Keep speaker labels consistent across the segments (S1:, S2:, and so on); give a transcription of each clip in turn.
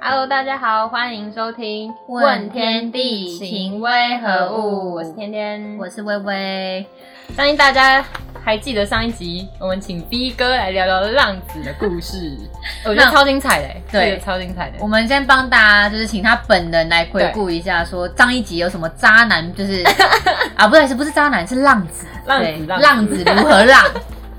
S1: Hello，大家好，欢迎收听《
S2: 问天地
S1: 情
S2: 情
S1: 为何
S2: 何
S1: 物》，
S2: 物
S1: 我是天天，
S2: 我是微微，
S1: 相信大家还记得上一集，我们请 B 哥来聊聊浪子的故 事，我觉得
S2: 浪
S1: 超精彩的欸，
S2: 对
S1: 这个超精彩的
S2: 我。们先帮大家就是请他本人来回顾一下，说上一集有什么渣男，就是 啊，不对，是不是渣男是浪子，
S1: 浪子
S2: 对
S1: 浪子
S2: 浪子如何浪，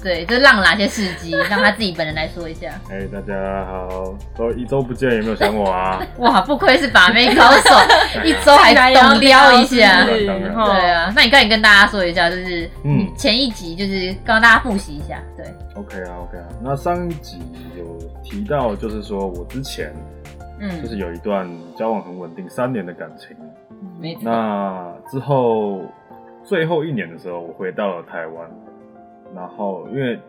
S2: 对，就是浪哪些事迹，让他自己本人来说一下。
S3: 哎、大家好，都一周不见，有没有想我啊？
S2: 哇，不愧是把妹高 手，一周还
S1: 来
S2: 懂撩一下
S1: 当。然
S3: 当然
S1: 吼
S2: 对啊，那你可以跟大家说一下，就是
S3: 嗯
S2: 前一集就是帮大家复习一下，对，
S3: ，OK 啊，OK 啊。那上一集有提到，就是说我之前就
S1: 嗯，
S3: 是有一段交往很稳定三年的感情，
S1: 没错，
S3: 那之后最后一年的时候，我回到了台湾，然后因为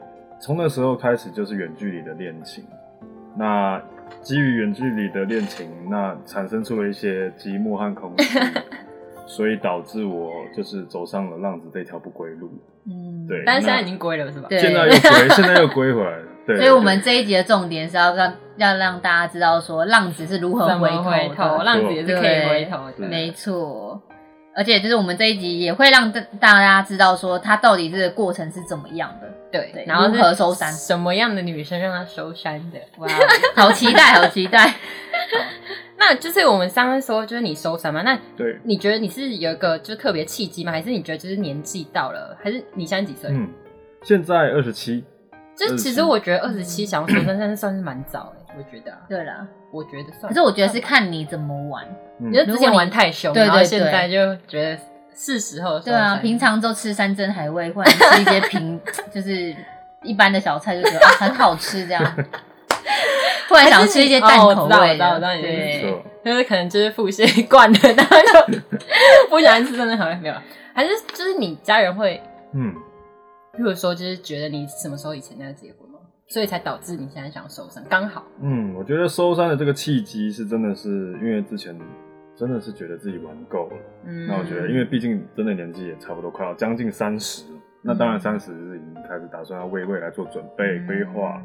S3: 从那时候开始就是远距离的恋情，那基于远距离的恋情，那产生出了一些寂寞和空虚，所以导致我就是走上了浪子这条不归路。
S2: 嗯，
S3: 对
S1: 但是现在已经归了是吧？
S2: 对
S3: 现在又归，现在又归回来了。对，
S2: 所以，我们
S3: 对
S2: 这一集的重点是要让要让大家知道说浪子是如何
S1: 怎
S2: 回
S1: 么
S2: 头
S1: 回
S2: 的
S1: 头？浪子也是可以
S2: 对
S1: 回头的，
S2: 没错。而且就是我们这一集也会让大大家知道说他到底这个过程是怎么样的。
S1: 对
S2: 对，
S1: 然后
S2: 如
S1: 是
S2: 何收山
S1: 什么样的女生让他收山的？哇，哦
S2: 好期待，好期待！
S1: 那就是我们上次说，就是你收山嘛，那
S3: 对，
S1: 你觉得你是有一个就是特别契机吗？还是你觉得就是年纪到了？还是你现在几岁？
S3: 嗯，现在二十七，
S1: 就是其实
S3: 27
S1: 我觉得二十七想要说真的算是蛮早哎、我觉得、啊，
S2: 对啦，
S1: 我觉得算。
S2: 可是我觉得是看你怎么玩。
S3: 嗯
S1: 你就之前玩太凶，
S2: 对对
S1: 然后
S2: 对
S1: 现在就觉得是时候。
S2: 对啊，平常都吃山珍海味，或者吃一些平 就是一般的小菜，就觉得、啊、很好吃这样。 突然想吃一些淡口
S1: 还是你哦我
S2: 味
S1: 知道我知道我
S2: 的，
S1: 知道你的意
S3: 没
S1: 思
S2: 对，
S3: 错，
S1: 就是可能就是腹泻惯了，然后就不想吃真的很没有，还是就是你家人会，
S3: 嗯，
S1: 譬如说就是觉得你什么时候以前要结婚吗？所以才导致你现在想要受伤，刚好。
S3: 嗯，我觉得收山的这个契机是真的是因为之前真的是觉得自己玩够了。
S1: 嗯
S3: 那我觉得，因为毕竟真的年纪也差不多快要将近三十，
S2: 嗯
S3: 那当然三十是已经开始打算要为未来做准备
S2: 嗯
S3: 规划，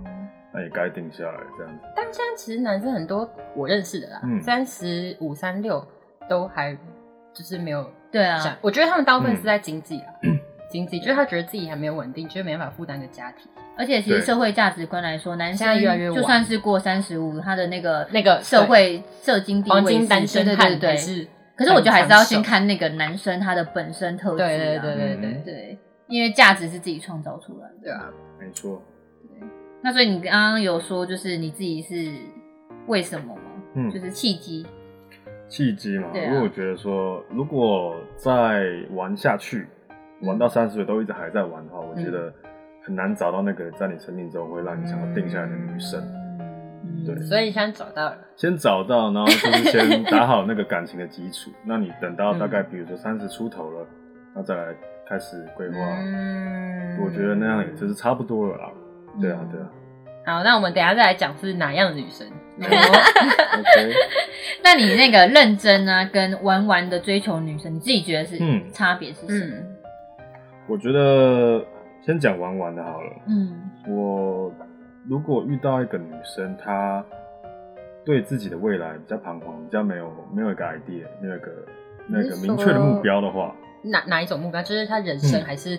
S3: 那也该定下来这样子。
S1: 但现在其实男生很多我认识的啦
S3: 嗯，
S1: 三十五、三六都还就是没有
S2: 对啊
S1: 想，，我觉得他们大部分
S2: 嗯
S1: 是在经济 啊，经济就是他觉得自己还没有稳定，就是没办法负担一个家庭。
S2: 而且其实
S3: 对
S2: 社会价值观来说，男
S1: 现在
S2: 生
S1: 越来越晚
S2: 就算是过三十五，他的那个
S1: 那个
S2: 社会社经地位
S1: 黄
S2: 是
S1: 金单身
S2: 对对
S1: 汉
S2: 对
S1: 还
S2: 对。
S1: 是，
S2: 可是我觉得还是要先，看那个男生他的本身特
S1: 对
S2: 质啊，
S1: 对对对对
S3: 嗯
S2: 对因为价值是自己创造出来的。
S1: 对啊，
S3: 没错，
S2: 那所以你刚刚有说，就是你自己是为什么吗？
S3: 嗯
S2: 就，是契机，
S3: 契机嘛，
S2: 对啊
S3: 因为我觉得说，如果再玩下去，
S2: 嗯
S3: 玩到三十岁都一直还在玩的话，我觉得很难找到那个在你生命中会让你想要定下来的女生。
S2: 嗯
S3: 对
S1: 啊所以你现在找到了，
S3: 先找到，然后就是先打好那个感情的基础。 那你等到大
S2: 嗯
S3: 概比如说三十出头了，那再来开始规划，
S1: 嗯
S3: 我觉得那样也就是差不多了啦。对
S2: 嗯
S3: 啊，对啊。
S1: 好，那我们等一下再来讲是哪样的女生，
S2: 哎嗯
S3: OK，
S2: 那你那个认真啊，跟玩玩的追求女生，你自己觉得是
S3: 嗯
S2: 差别是什么？
S1: 嗯
S3: 我觉得先讲玩玩的好了。
S2: 嗯
S3: 我如果遇到一个女生，她对自己的未来比较彷徨，比较没有没有一个 idea，没有一个那个明确的目标的话，
S1: 哪哪一种目标，就是他人生
S3: 嗯
S1: 还是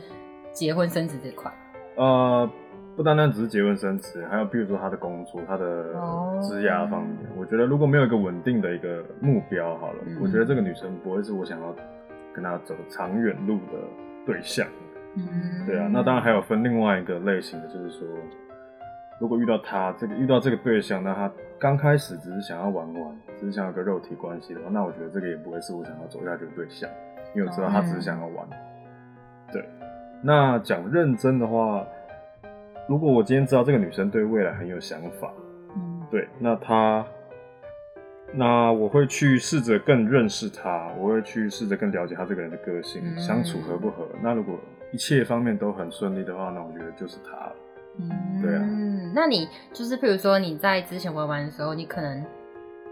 S1: 结婚生子这块，
S3: 呃，不单单只是结婚生子，还有比如说她的工作、她的
S1: 哦
S3: 职涯方面，我觉得如果没有一个稳定的一个目标，好了，
S1: 嗯
S3: 我觉得这个女生不会是我想要跟她走长远路的对象。
S2: 嗯，
S3: 对啊，那当然还有分另外一个类型的，就是说，如果遇到他这个遇到这个对象，那他刚开始只是想要玩玩，只是想有个肉体关系的话，那我觉得这个也不会是我想要走下去的对象，因为我知道他只是想要玩。对，那讲认真的话，如果我今天知道这个女生对未来很有想法，
S2: 嗯
S3: 对，那他，那我会去试着更认识他，我会去试着更了解他这个人的个性，
S1: 嗯
S3: 相处合不合。那如果一切方面都很顺利的话，那我觉得就是他了。
S2: 嗯
S3: 对啊
S1: 嗯，那你就是譬如说你在之前玩玩的时候，你可能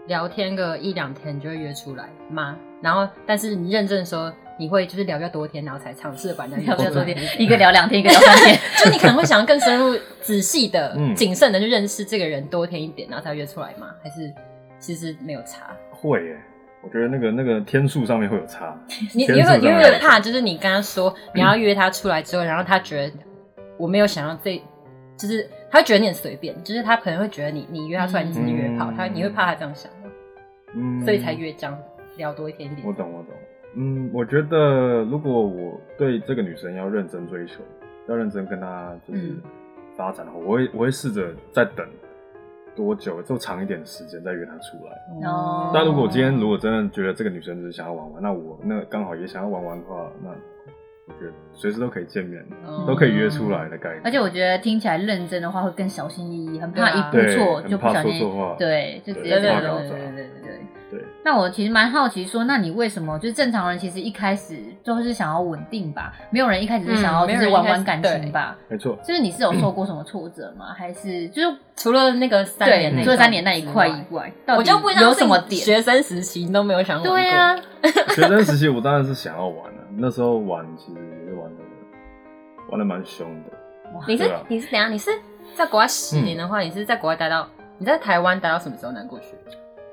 S1: 聊天个一两天就会约出来吗？然后，但是你认证的时候，你会就是聊比较多天，然后才尝试把人家约
S2: 要不要
S1: 出
S2: 多
S1: 来
S2: 点？一个聊两天，一个聊三天。
S1: 就你可能会想要更 深入、仔细的、
S3: 嗯
S1: 谨慎的去认识这个人多天一点，然后才约出来吗？还是其实没有差。
S3: 会耶，我觉得那个那个天数上面会有差。
S1: 你
S3: 天
S1: 你会
S3: 数
S1: 你会
S3: 上
S1: 不
S3: 面
S1: 会怕，就是你跟他说你要约他出来之后，然后他觉得我没有想要这，就是他会觉得你很随便，就是他可能会觉得你你约他出来你自己约炮，
S3: 嗯
S1: 他你会怕他这样想吗，
S3: 嗯
S1: 所以才越这样聊多一点点
S3: 我。懂，我懂。嗯，我觉得如果我对这个女生要认真追求，要认真跟她就是
S1: 嗯
S3: 发展的话，我会我会试着再等多久，就长一点的时间再约她出来。
S2: 哦
S3: 但如果我今天如果真的觉得这个女生只是想要玩玩，那我那刚好也想要玩玩的话，那我觉得随时都可以见面，
S1: 嗯
S3: 都可以约出来的概念。
S2: 而且我觉得听起来认真的话会更小心翼翼，很
S1: 对
S2: 怕
S1: 啊
S2: 一步错
S3: 对
S2: 就不小
S3: 很怕说
S2: 心
S3: 错话，
S2: 对，就直
S3: 对
S2: 接
S1: 对对
S2: 走
S1: 对
S2: 了。
S1: 对
S3: 对
S1: 对对对。
S3: 对，
S2: 那我其实蛮好奇说，那你为什么就是正常人其实一开始都是想要稳定吧？没有人一开始是想要
S1: 嗯
S2: 就
S1: 没
S2: 是
S1: 有人一
S2: 玩
S1: 开始
S2: 玩感情吧？
S3: 没 错。
S2: 就是你是有受过什么挫折吗？还是就是
S1: 除了那个三年那
S2: 对，
S1: 一
S2: 除了
S1: 段
S2: 三年那一
S1: 之外
S2: 块以外，到底
S1: 我就不相
S2: 有
S1: 信
S2: 什么点？
S1: 学生时期你都没有想玩过
S2: 对啊，，
S3: 学生时期我当然是想要玩的、那时候玩其实也是玩的玩的蛮凶的。
S1: 你是
S3: 对啊嗯
S1: 你是怎样？你是在国外十年的话，你是在国外待到你在台湾待到什么时候南过去？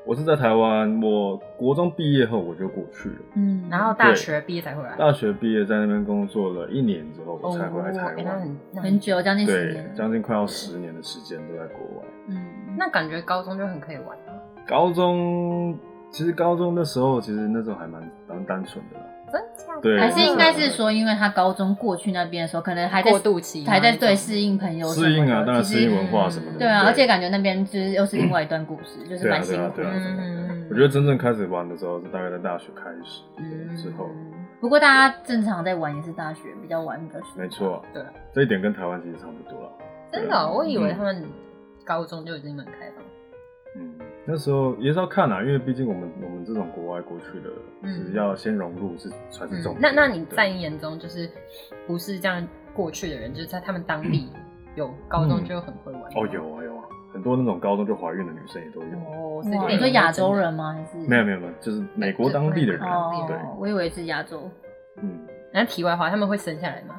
S3: 我是在台湾，我国中毕业后我就过去了，
S2: 嗯，
S1: 然后大学毕业才回来。
S3: 大学毕业在那边工作了一年之后，
S1: 哦
S3: 我才回来台
S1: 欸那
S3: 湾。
S1: 很那
S2: 哎很，久，将近十
S3: 对
S2: 年，，
S3: 将近快要十年的时间都在国外。
S2: 嗯，
S1: 那感觉高中就很可以玩啊。
S3: 高中其实高中那时候，其实那时候还蛮蛮单纯的啦，
S1: 真的
S3: 对
S2: 还是应该
S3: 那
S2: 是
S3: 时候
S2: 说，因为他高中过去那边的时候，可能还在
S1: 过渡期吗，
S2: 还在
S1: 那种
S2: 对适应朋友什么的
S3: 适应啊，当然
S2: 其
S3: 适
S2: 实
S3: 应文化什么的。
S2: 对啊，而且感觉那边就是又是另外一段故事，就是
S3: 对啊
S2: 蛮辛
S3: 对啊
S2: 苦
S3: 对
S2: 的
S3: 啊。
S1: 嗯
S3: 真的
S1: 嗯嗯
S3: 我觉得真正开始玩的时候是大概在大学开始
S1: 嗯
S3: 之后，
S2: 不过大家正常在玩也是大学比较玩比较熟，
S3: 没错，
S1: 对啊，
S3: 这一点跟台湾其实差不多了。
S1: 真的哦，我以为他们高中就已经蛮开放。
S3: 嗯，那时候也是要看啊，因为毕竟我们我们这种国外过去的，
S1: 嗯
S3: 其实要先融入是才是重
S1: 嗯
S3: 点。，
S1: 那那你
S3: 对
S1: 在你眼中就是不是这样过去的人，就是在他们当 地有高中就很会玩吗
S3: 哦有啊有啊，很多那种高中就怀孕的女生也都有，
S1: 哦，所以
S2: 哇
S1: 就
S2: 你
S1: 有
S2: 说亚洲
S1: 真的
S2: 人吗？还是
S3: 没有没有没有，就是美国当地的人，
S2: 哦
S3: 对，，
S2: 我以为是亚洲，
S3: 嗯，
S1: 然后题外话，他们会生下来吗？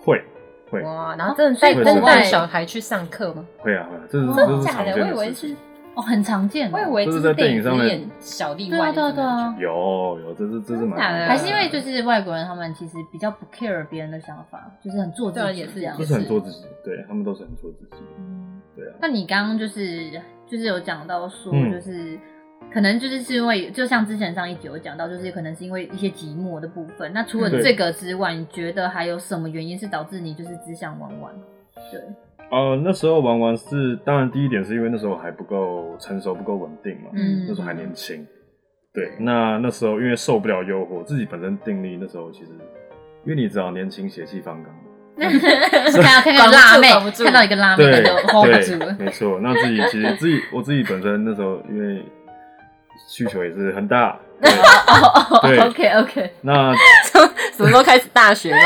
S3: 会会
S1: 哇，然
S2: 哦
S1: 后真的带
S3: 所以
S1: 真的
S3: 国外
S1: 带小孩去上课吗？
S3: 会啊会啊，这是
S1: 真
S3: 这
S1: 的
S3: 是
S1: 哦假
S3: 常
S1: 的？
S3: 见
S1: 我以为
S3: 事
S1: 是
S3: 情。，
S2: 哦，很常见
S1: 我以
S2: 哦。
S1: 为
S3: 这是
S1: 是
S3: 在
S1: 电
S3: 电影上面
S1: 演小例
S2: 对
S1: 外
S2: 啊
S1: 的
S2: 对啊
S1: 那种
S2: 对
S1: 感觉。
S2: 啊，
S3: 有有，这是这是
S1: 真
S3: 蛮
S1: 的假的
S2: 还是因为就是外国人他们其实比较不 care 别人的想法，就是很做自
S1: 对啊
S2: 己
S1: 也是
S2: 这样
S3: 就。是很做自己，对他们都是很做自己，
S2: 嗯
S3: 对啊，
S2: 那你刚刚就是就是有讲到说，
S3: 嗯
S2: 就是、可能就是是因为，就像之前上一集有讲到，就是可能是因为一些寂寞的部分。那除了
S3: 对
S2: 这个之外，你觉得还有什么原因是导致你就是只想玩玩？对，
S3: 呃，那时候玩玩是，当然第一点是因为那时候还不够成熟，不够稳定嘛，
S1: 嗯
S3: 那时候还年轻。对，那那时候因为受不了诱惑，自己本身定力那时候其实，因为你知道年轻血气方刚，
S2: 嗯 看到看到
S1: 管不住
S2: 辣妹
S1: 管不，住
S2: 看到一个辣妹
S3: 对
S2: 就 hold 不住了
S3: 对，。没错。那自己其实自己我自己本身那时候因为需求也是很大，对
S2: 哦
S3: 对
S2: OK OK，
S3: 那
S2: 啊
S1: 什么时候开始大学吗？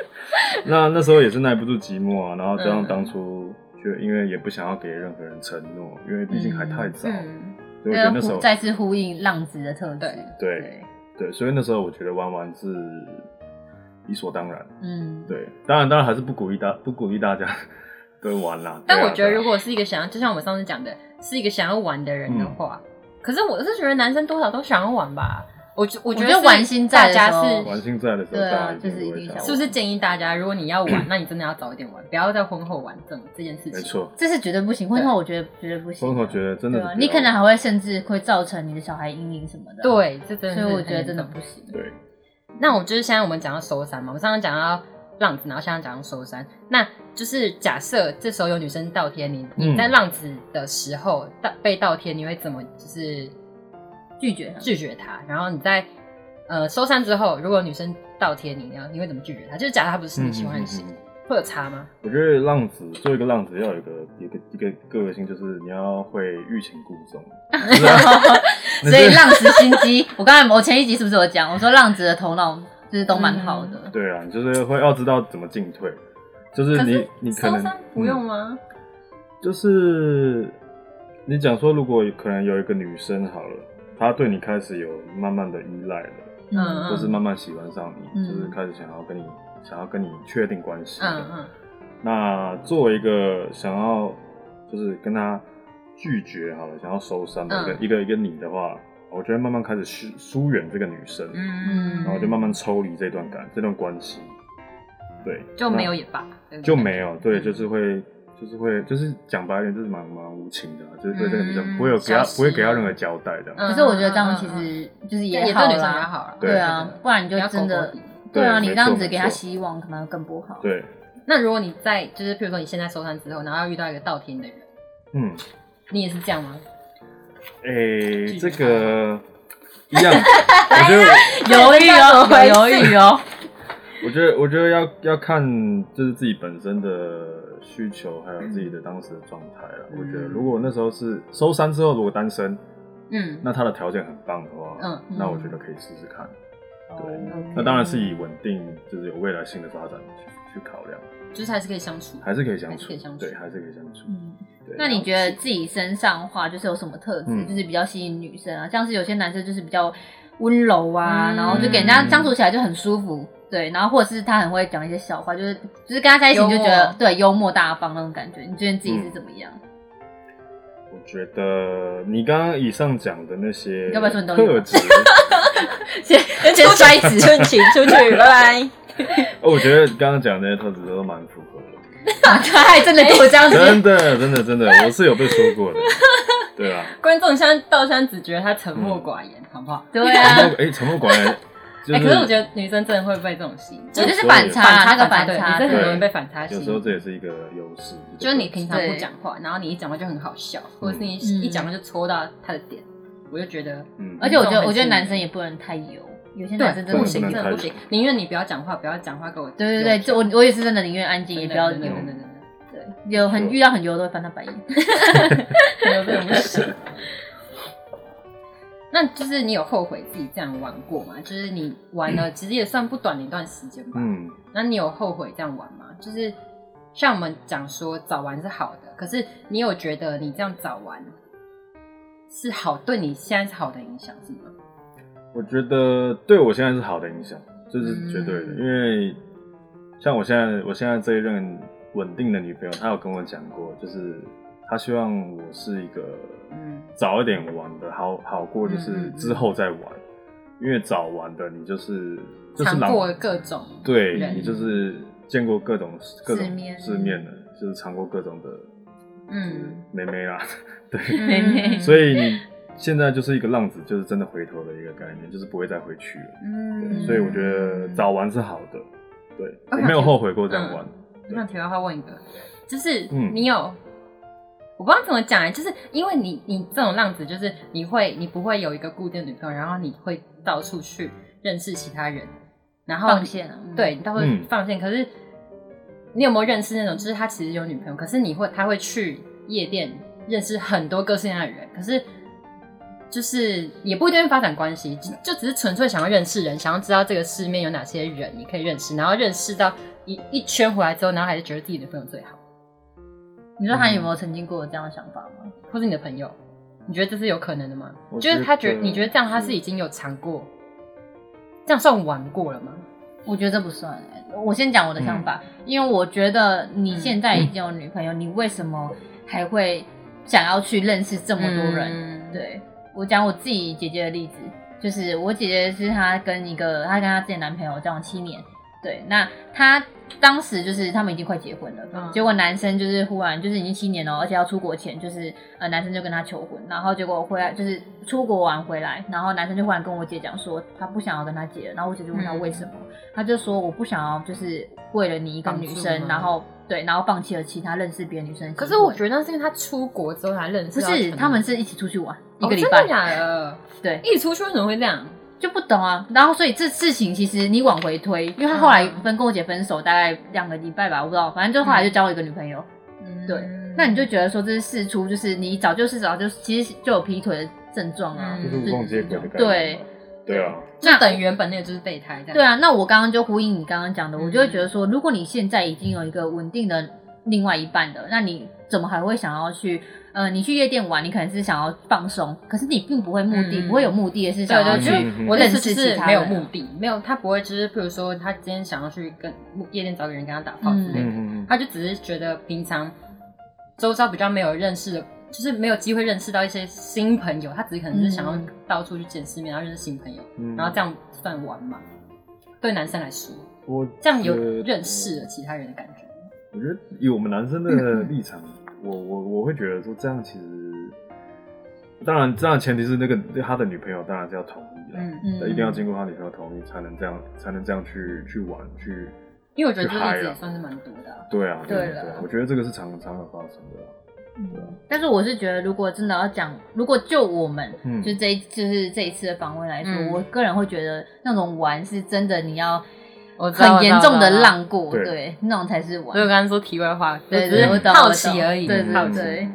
S3: 那那时候也是耐不住寂寞啊，然后加上
S1: 嗯
S3: 当初就因为也不想要给任何人承诺，因为毕竟还太早，
S1: 嗯，
S3: 所以我觉得那时
S2: 呼
S3: 候
S2: 再次呼应浪子的特质。
S1: 对
S3: 对对，所以那时候我觉得玩玩是理所当然。
S2: 嗯，
S3: 对，当然当然还是不鼓励大 不鼓励大家都玩啦。
S1: 但
S3: 对啊
S1: 我觉得
S3: 对啊
S1: 如果是一个想要，就像我们上次讲的，是一个想要玩的人的
S3: 嗯
S1: 话，可是我是觉得男生多少都想要玩吧。我觉我觉
S2: 我觉
S1: 得
S2: 得玩心在
S1: 大
S2: 的
S1: 家
S2: 时候
S1: 是
S3: 玩性在的时候，
S2: 对啊
S3: 大家一定
S2: 就是一
S3: 会
S2: 定
S3: 想
S2: 想
S1: 是不是建议大家，如果你要玩，那你真的要早一点玩，不要在婚后玩这种这件事情。
S3: 没，错，
S2: 这是绝对不行。婚后我觉得绝对不行。
S3: 风口觉得真的
S2: 对
S3: 是
S2: 啊，
S3: 不
S2: 你
S3: 要
S2: 可能还会甚至会造成你的小孩阴影什么的。。
S1: 对，哎这真的
S2: 所
S1: 是
S2: 以我
S1: 很
S2: 觉得真的
S1: 严重
S2: 不行。
S3: 对，
S1: 那我就是现在我们讲到收山嘛，我上次讲到浪子，然后现在讲到收山，那就是假设这时候有女生倒贴你，
S3: 嗯
S1: 你在浪子的时候倒被倒贴，你会怎么就是
S2: 拒绝他
S1: 拒绝她？然后你在呃收山之后，如果女生倒贴你，然后你会怎么拒绝她？就是假设她不是你喜欢的型，
S3: 嗯嗯嗯嗯
S1: 会有差吗？
S3: 我觉得浪子做一个浪子要有一个一个一个个性，就是你要会欲擒故 纵。你 知道 你
S2: 所以
S3: 是
S2: 浪子心机，我刚才我前一集是不是有讲？我说浪子的头脑就是都蛮好的，
S3: 对啊，你就是会要知道怎么进退，就是你你可能嗯
S1: 吗？
S3: 就是你讲说，如果可能有一个女生好了，她对你开始有慢慢的依赖了，
S1: 嗯
S3: 或是慢慢喜欢上你，
S2: 嗯
S3: 就是开始想要跟你想要跟你确定
S1: 嗯
S3: 关系。
S1: 嗯嗯，
S3: 那作为一个想要就是跟她拒绝好了，想要收山的一个、
S1: 嗯
S3: 一个一个你的话，我觉得慢慢开始疏疏远这个女生，
S1: 嗯，
S3: 然后就慢慢抽离这段感这段关系，对，
S1: 就没有
S3: 那
S1: 也罢，对不对
S3: 就没有，对，
S1: 嗯
S3: 就是会。就是会，就是讲白一点，就是蛮蛮无情的啊、就是对这个女生
S1: 嗯
S3: 不会有给她
S1: 消失
S3: 不会给她任何交代这样。
S1: 嗯
S2: 可是我觉得这样其
S1: 嗯嗯嗯
S2: 实就是
S1: 也
S2: 好
S1: 对女生比较
S2: 啦，
S1: 好了。
S3: 对
S2: 对啊，不然你就
S1: 不要
S2: 真
S1: 口
S2: 的
S1: 口底
S2: 对啊，你
S3: 对
S2: 这样
S3: 没
S2: 子
S3: 错
S2: 给他
S3: 没错
S2: 希望，可能更不好。
S3: 对，
S1: 那如果你在就是，譬如说你现在收摊之后，然后要遇到一个倒贴你的人，
S3: 嗯，
S1: 你也是这样吗？
S3: 诶、
S1: 拒绝
S3: 这个一 样，我觉得
S1: 哎
S3: 我
S2: 犹豫哦，有犹豫哦，
S3: 我觉得，我觉得要要看就是自己本身的需求，还有自己的当时的状态了。
S1: 嗯
S3: 我觉得，如果那时候是收山之后，如果单身，
S1: 嗯
S3: 那他的条件很棒的话，
S1: 嗯
S3: 那我觉得可以试试看。对，
S2: 嗯
S3: 那当然是以稳定，就是有未来性的发展去去考量，
S1: 就是还是可以相处。
S3: 还是可以相
S1: 还是
S3: 处
S1: 可以相，处
S3: 对，还是可以相处。
S2: 嗯
S3: 对
S2: 那你觉得自己身上话就是有什么特质，
S3: 嗯
S2: 就是比较吸引女生啊？像是有些男生就是比较温柔啊，
S1: 嗯
S2: 然后就给人家相处起来就很舒服，对，然后或者是他很会讲一些笑话，就是就是跟他在一起你就觉
S1: 幽
S2: 得
S1: 默
S2: 对幽默大方那种感觉。你觉得你自
S1: 嗯
S2: 己是怎么样？
S3: 我觉得你刚刚以上讲的那些
S2: 要不要说你都有
S3: 特 质，
S1: 先先摔死，出去出去，拜拜。
S3: 哦我觉得刚刚讲的那些特质都蛮符合的。
S2: 他还真的给我这样子，
S3: 真的，真的，真的，我是有被说过的，对啊。
S1: 观众现在到现在只觉得他沉默寡言，好不好？
S2: 对
S3: 沉
S2: 啊
S3: 默，，哎，沉默寡言，就
S1: 哎，
S3: 是
S1: 可是我觉得女生真的会被这种吸引，
S2: 我
S1: 就
S2: 就是是反差啊，那个反
S1: 对，女
S2: 差，
S1: 生很容易
S3: 对
S1: 被反差吸
S3: 有
S1: 引。
S3: 时候这也是一个优势，
S1: 就是你平常不
S2: 对
S1: 讲话，然后你一讲话就很好笑，或者是你一讲话就戳到他的点，我就觉得
S3: 嗯，
S2: 而且我觉得我觉得男生也不能太油，有些
S1: 对
S2: 男生真
S1: 不
S2: 的很
S1: 行，啊
S3: 不能
S1: 真的
S3: 太
S1: 不行，宁愿你不要讲话，不要讲话给我。
S2: 对对对，就我我也是真的宁愿安静，也不要
S1: 真的
S2: 油。
S1: 真的真的
S2: 对，有很
S3: 是
S2: 遇到很油都会翻他白眼。
S1: 真的没有这种事。 那就是你有后悔自己这样玩过吗？就是你玩了，其实也算不短的一段时间吧。
S3: 嗯，
S1: 那你有后悔这样玩吗？就是像我们讲说早玩是好的，可是你有觉得你这样早玩是好，对你现在是好的影响是吗？
S3: 我觉得对我现在是好的影响，这是绝对的，
S1: 嗯
S3: 因为像我现在我现在这一任稳定的女朋友，她有跟我讲过，就是她希望我是一个
S1: 嗯
S3: 早一点玩的，好好过就是
S1: 嗯嗯嗯
S3: 之后再玩，因为早玩的你就是就是
S1: 尝
S3: 狼
S1: 过各种，
S3: 对
S1: 人
S3: 你就是见过各种各种
S2: 世面
S3: 世面的，就是尝过各种的，
S1: 嗯，
S3: 妹妹啦，
S1: 嗯
S3: 对，
S2: 妹妹
S3: 所
S1: 以
S3: 以你现在就是一个浪子，就是真的回头的一个概念，就是不会再回去了。对，
S1: 嗯，
S3: 所以我觉得早玩是好的，对我
S1: OK，
S3: 没有后悔过这样玩。
S1: 那题外话问一个，就是
S3: 嗯
S1: 你有，我不知道怎么讲哎，就是因为你你这种浪子，就是你会你不会有一个固定的女朋友，然后你会到处去认识其他人，然后
S2: 放线啊，嗯
S1: 对，你到处
S3: 嗯
S1: 放线。可是你有没有认识那种，就是他其实有女朋友，可是你会他会去夜店认识很多各式各样的人，可是。就是也不一定会发展关系，就就只是纯粹想要认识人，想要知道这个世面有哪些人你可以认识，然后认识到一一圈回来之后，然后还是觉得自己的朋友最好，
S2: 你
S1: 嗯
S2: 说他有没有曾经过有这样的想法吗？
S1: 或是你的朋友，你觉得这是有可能的吗？
S3: 我
S1: 就是他觉
S3: 觉
S1: 得
S3: 得
S1: 你觉得这样他
S3: 是
S1: 是已经有尝过，这样算玩过了吗？
S2: 我觉得这不算欸。我先讲我的想法，因为我觉得你现在已经有女朋友，你为什么还会想要去认识这
S1: 这
S2: 么多
S1: 嗯
S2: 人？，对我讲我自己姐姐的例子，就是我姐姐是她跟一个她跟她自己的男朋友交往七年，对，那她当时就是他们已经快结婚了，
S1: 嗯
S2: 结果男生就是忽然就是已经七年了，而且要出国前就是呃男生就跟她求婚，然后结果回来就是出国玩回来，然后男生就忽然跟我姐讲说他不想要跟她结了，然后我姐就问他
S1: 嗯
S2: 为什么，他就说我不想要就是为了你一个
S1: 绑
S2: 女
S1: 住
S2: 生，
S1: 吗
S2: 然后对，然后放弃了其他认识别的女生的机会。
S1: 可是我觉得那是因为他出国之后才认识
S2: 不
S1: 到全部
S2: 是，
S1: 人，
S2: 他们是一起出去玩一
S1: 哦
S2: 个礼拜
S1: 真的，假的？
S2: 对。
S1: 一起出去为什么会这样？
S2: 就不懂啊。然后所以这事情其实你往回推，因为他后来
S1: 嗯
S2: 分跟我姐分手大概两个礼拜吧，我不知道，反正就后来就交了一个女朋友。
S1: 嗯
S2: 对那你就觉得说这是事出，就是你早就是早就其实就有劈腿的症状啊。
S1: 嗯
S3: 就是无缝接轨的概念。
S2: 对，
S3: 对啊，
S1: 就
S2: 那
S1: 等于原本那个就是备胎这样。
S2: 对，啊，那我刚刚就呼应你刚刚讲的，
S1: 嗯
S2: 我就会觉得说，如果你现在已经有一个稳定的另外一半的，那你怎么还会想要去？呃，你去夜店玩，你可能是想要放松，可是你并不会目的，
S1: 嗯
S2: 不会有目的的
S1: 对
S2: 是想
S1: 对，
S2: 要
S1: 啊
S2: 去
S1: 就
S3: 嗯
S1: 是我的意思就
S2: 啊认识
S1: 是
S2: 其他人
S1: 没有目的，没有他不会就是，比如说他今天想要去跟夜店
S2: 嗯
S1: 找个人跟他打炮之类的，
S3: 嗯嗯嗯，
S1: 他就只是觉得平常周遭比较没有认识的就是没有机会认识到一些新朋友，他只是可能就是想要
S2: 嗯
S1: 到处去见世面，然后认识新朋友，
S3: 嗯
S1: 然后这样算玩嘛？对男生来说，
S3: 我
S1: 这样有
S3: 觉得
S1: 认识了其他人的感觉。
S3: 我觉得以我们男 生的立场，我我我会觉得说这样其实，当然当然前提是那个他的女朋友当然是要同意啦，
S1: 嗯，
S2: 嗯，
S3: 一定要经过他女朋友同意才能这样才能这样去去玩去。
S1: 因为我觉得这例
S3: 嗨
S1: 子
S3: 啊
S1: 也算是蛮多的啊、
S3: 对啊，对
S2: 对
S3: 啊
S2: 啦
S3: 对啊，我觉得这个是常常有发生的啊、
S2: 嗯但是我是觉得，如果真的要讲，如果就我们，
S3: 嗯
S2: 就这一就是这一次的访问来说，
S1: 嗯
S2: 我个人会觉得那种玩是真的，你要
S1: 我知道
S2: 很严重的，浪过，
S3: 对
S2: 对，那种才是玩
S1: 所以。我刚刚说题外话，我
S2: 对
S1: 只
S2: 对，
S1: 是
S2: 我懂，
S1: 好
S2: 我
S1: 奇
S2: 懂
S1: 而
S3: 嗯
S1: 已，
S2: 对
S1: 好
S2: 对
S1: 奇
S2: 对，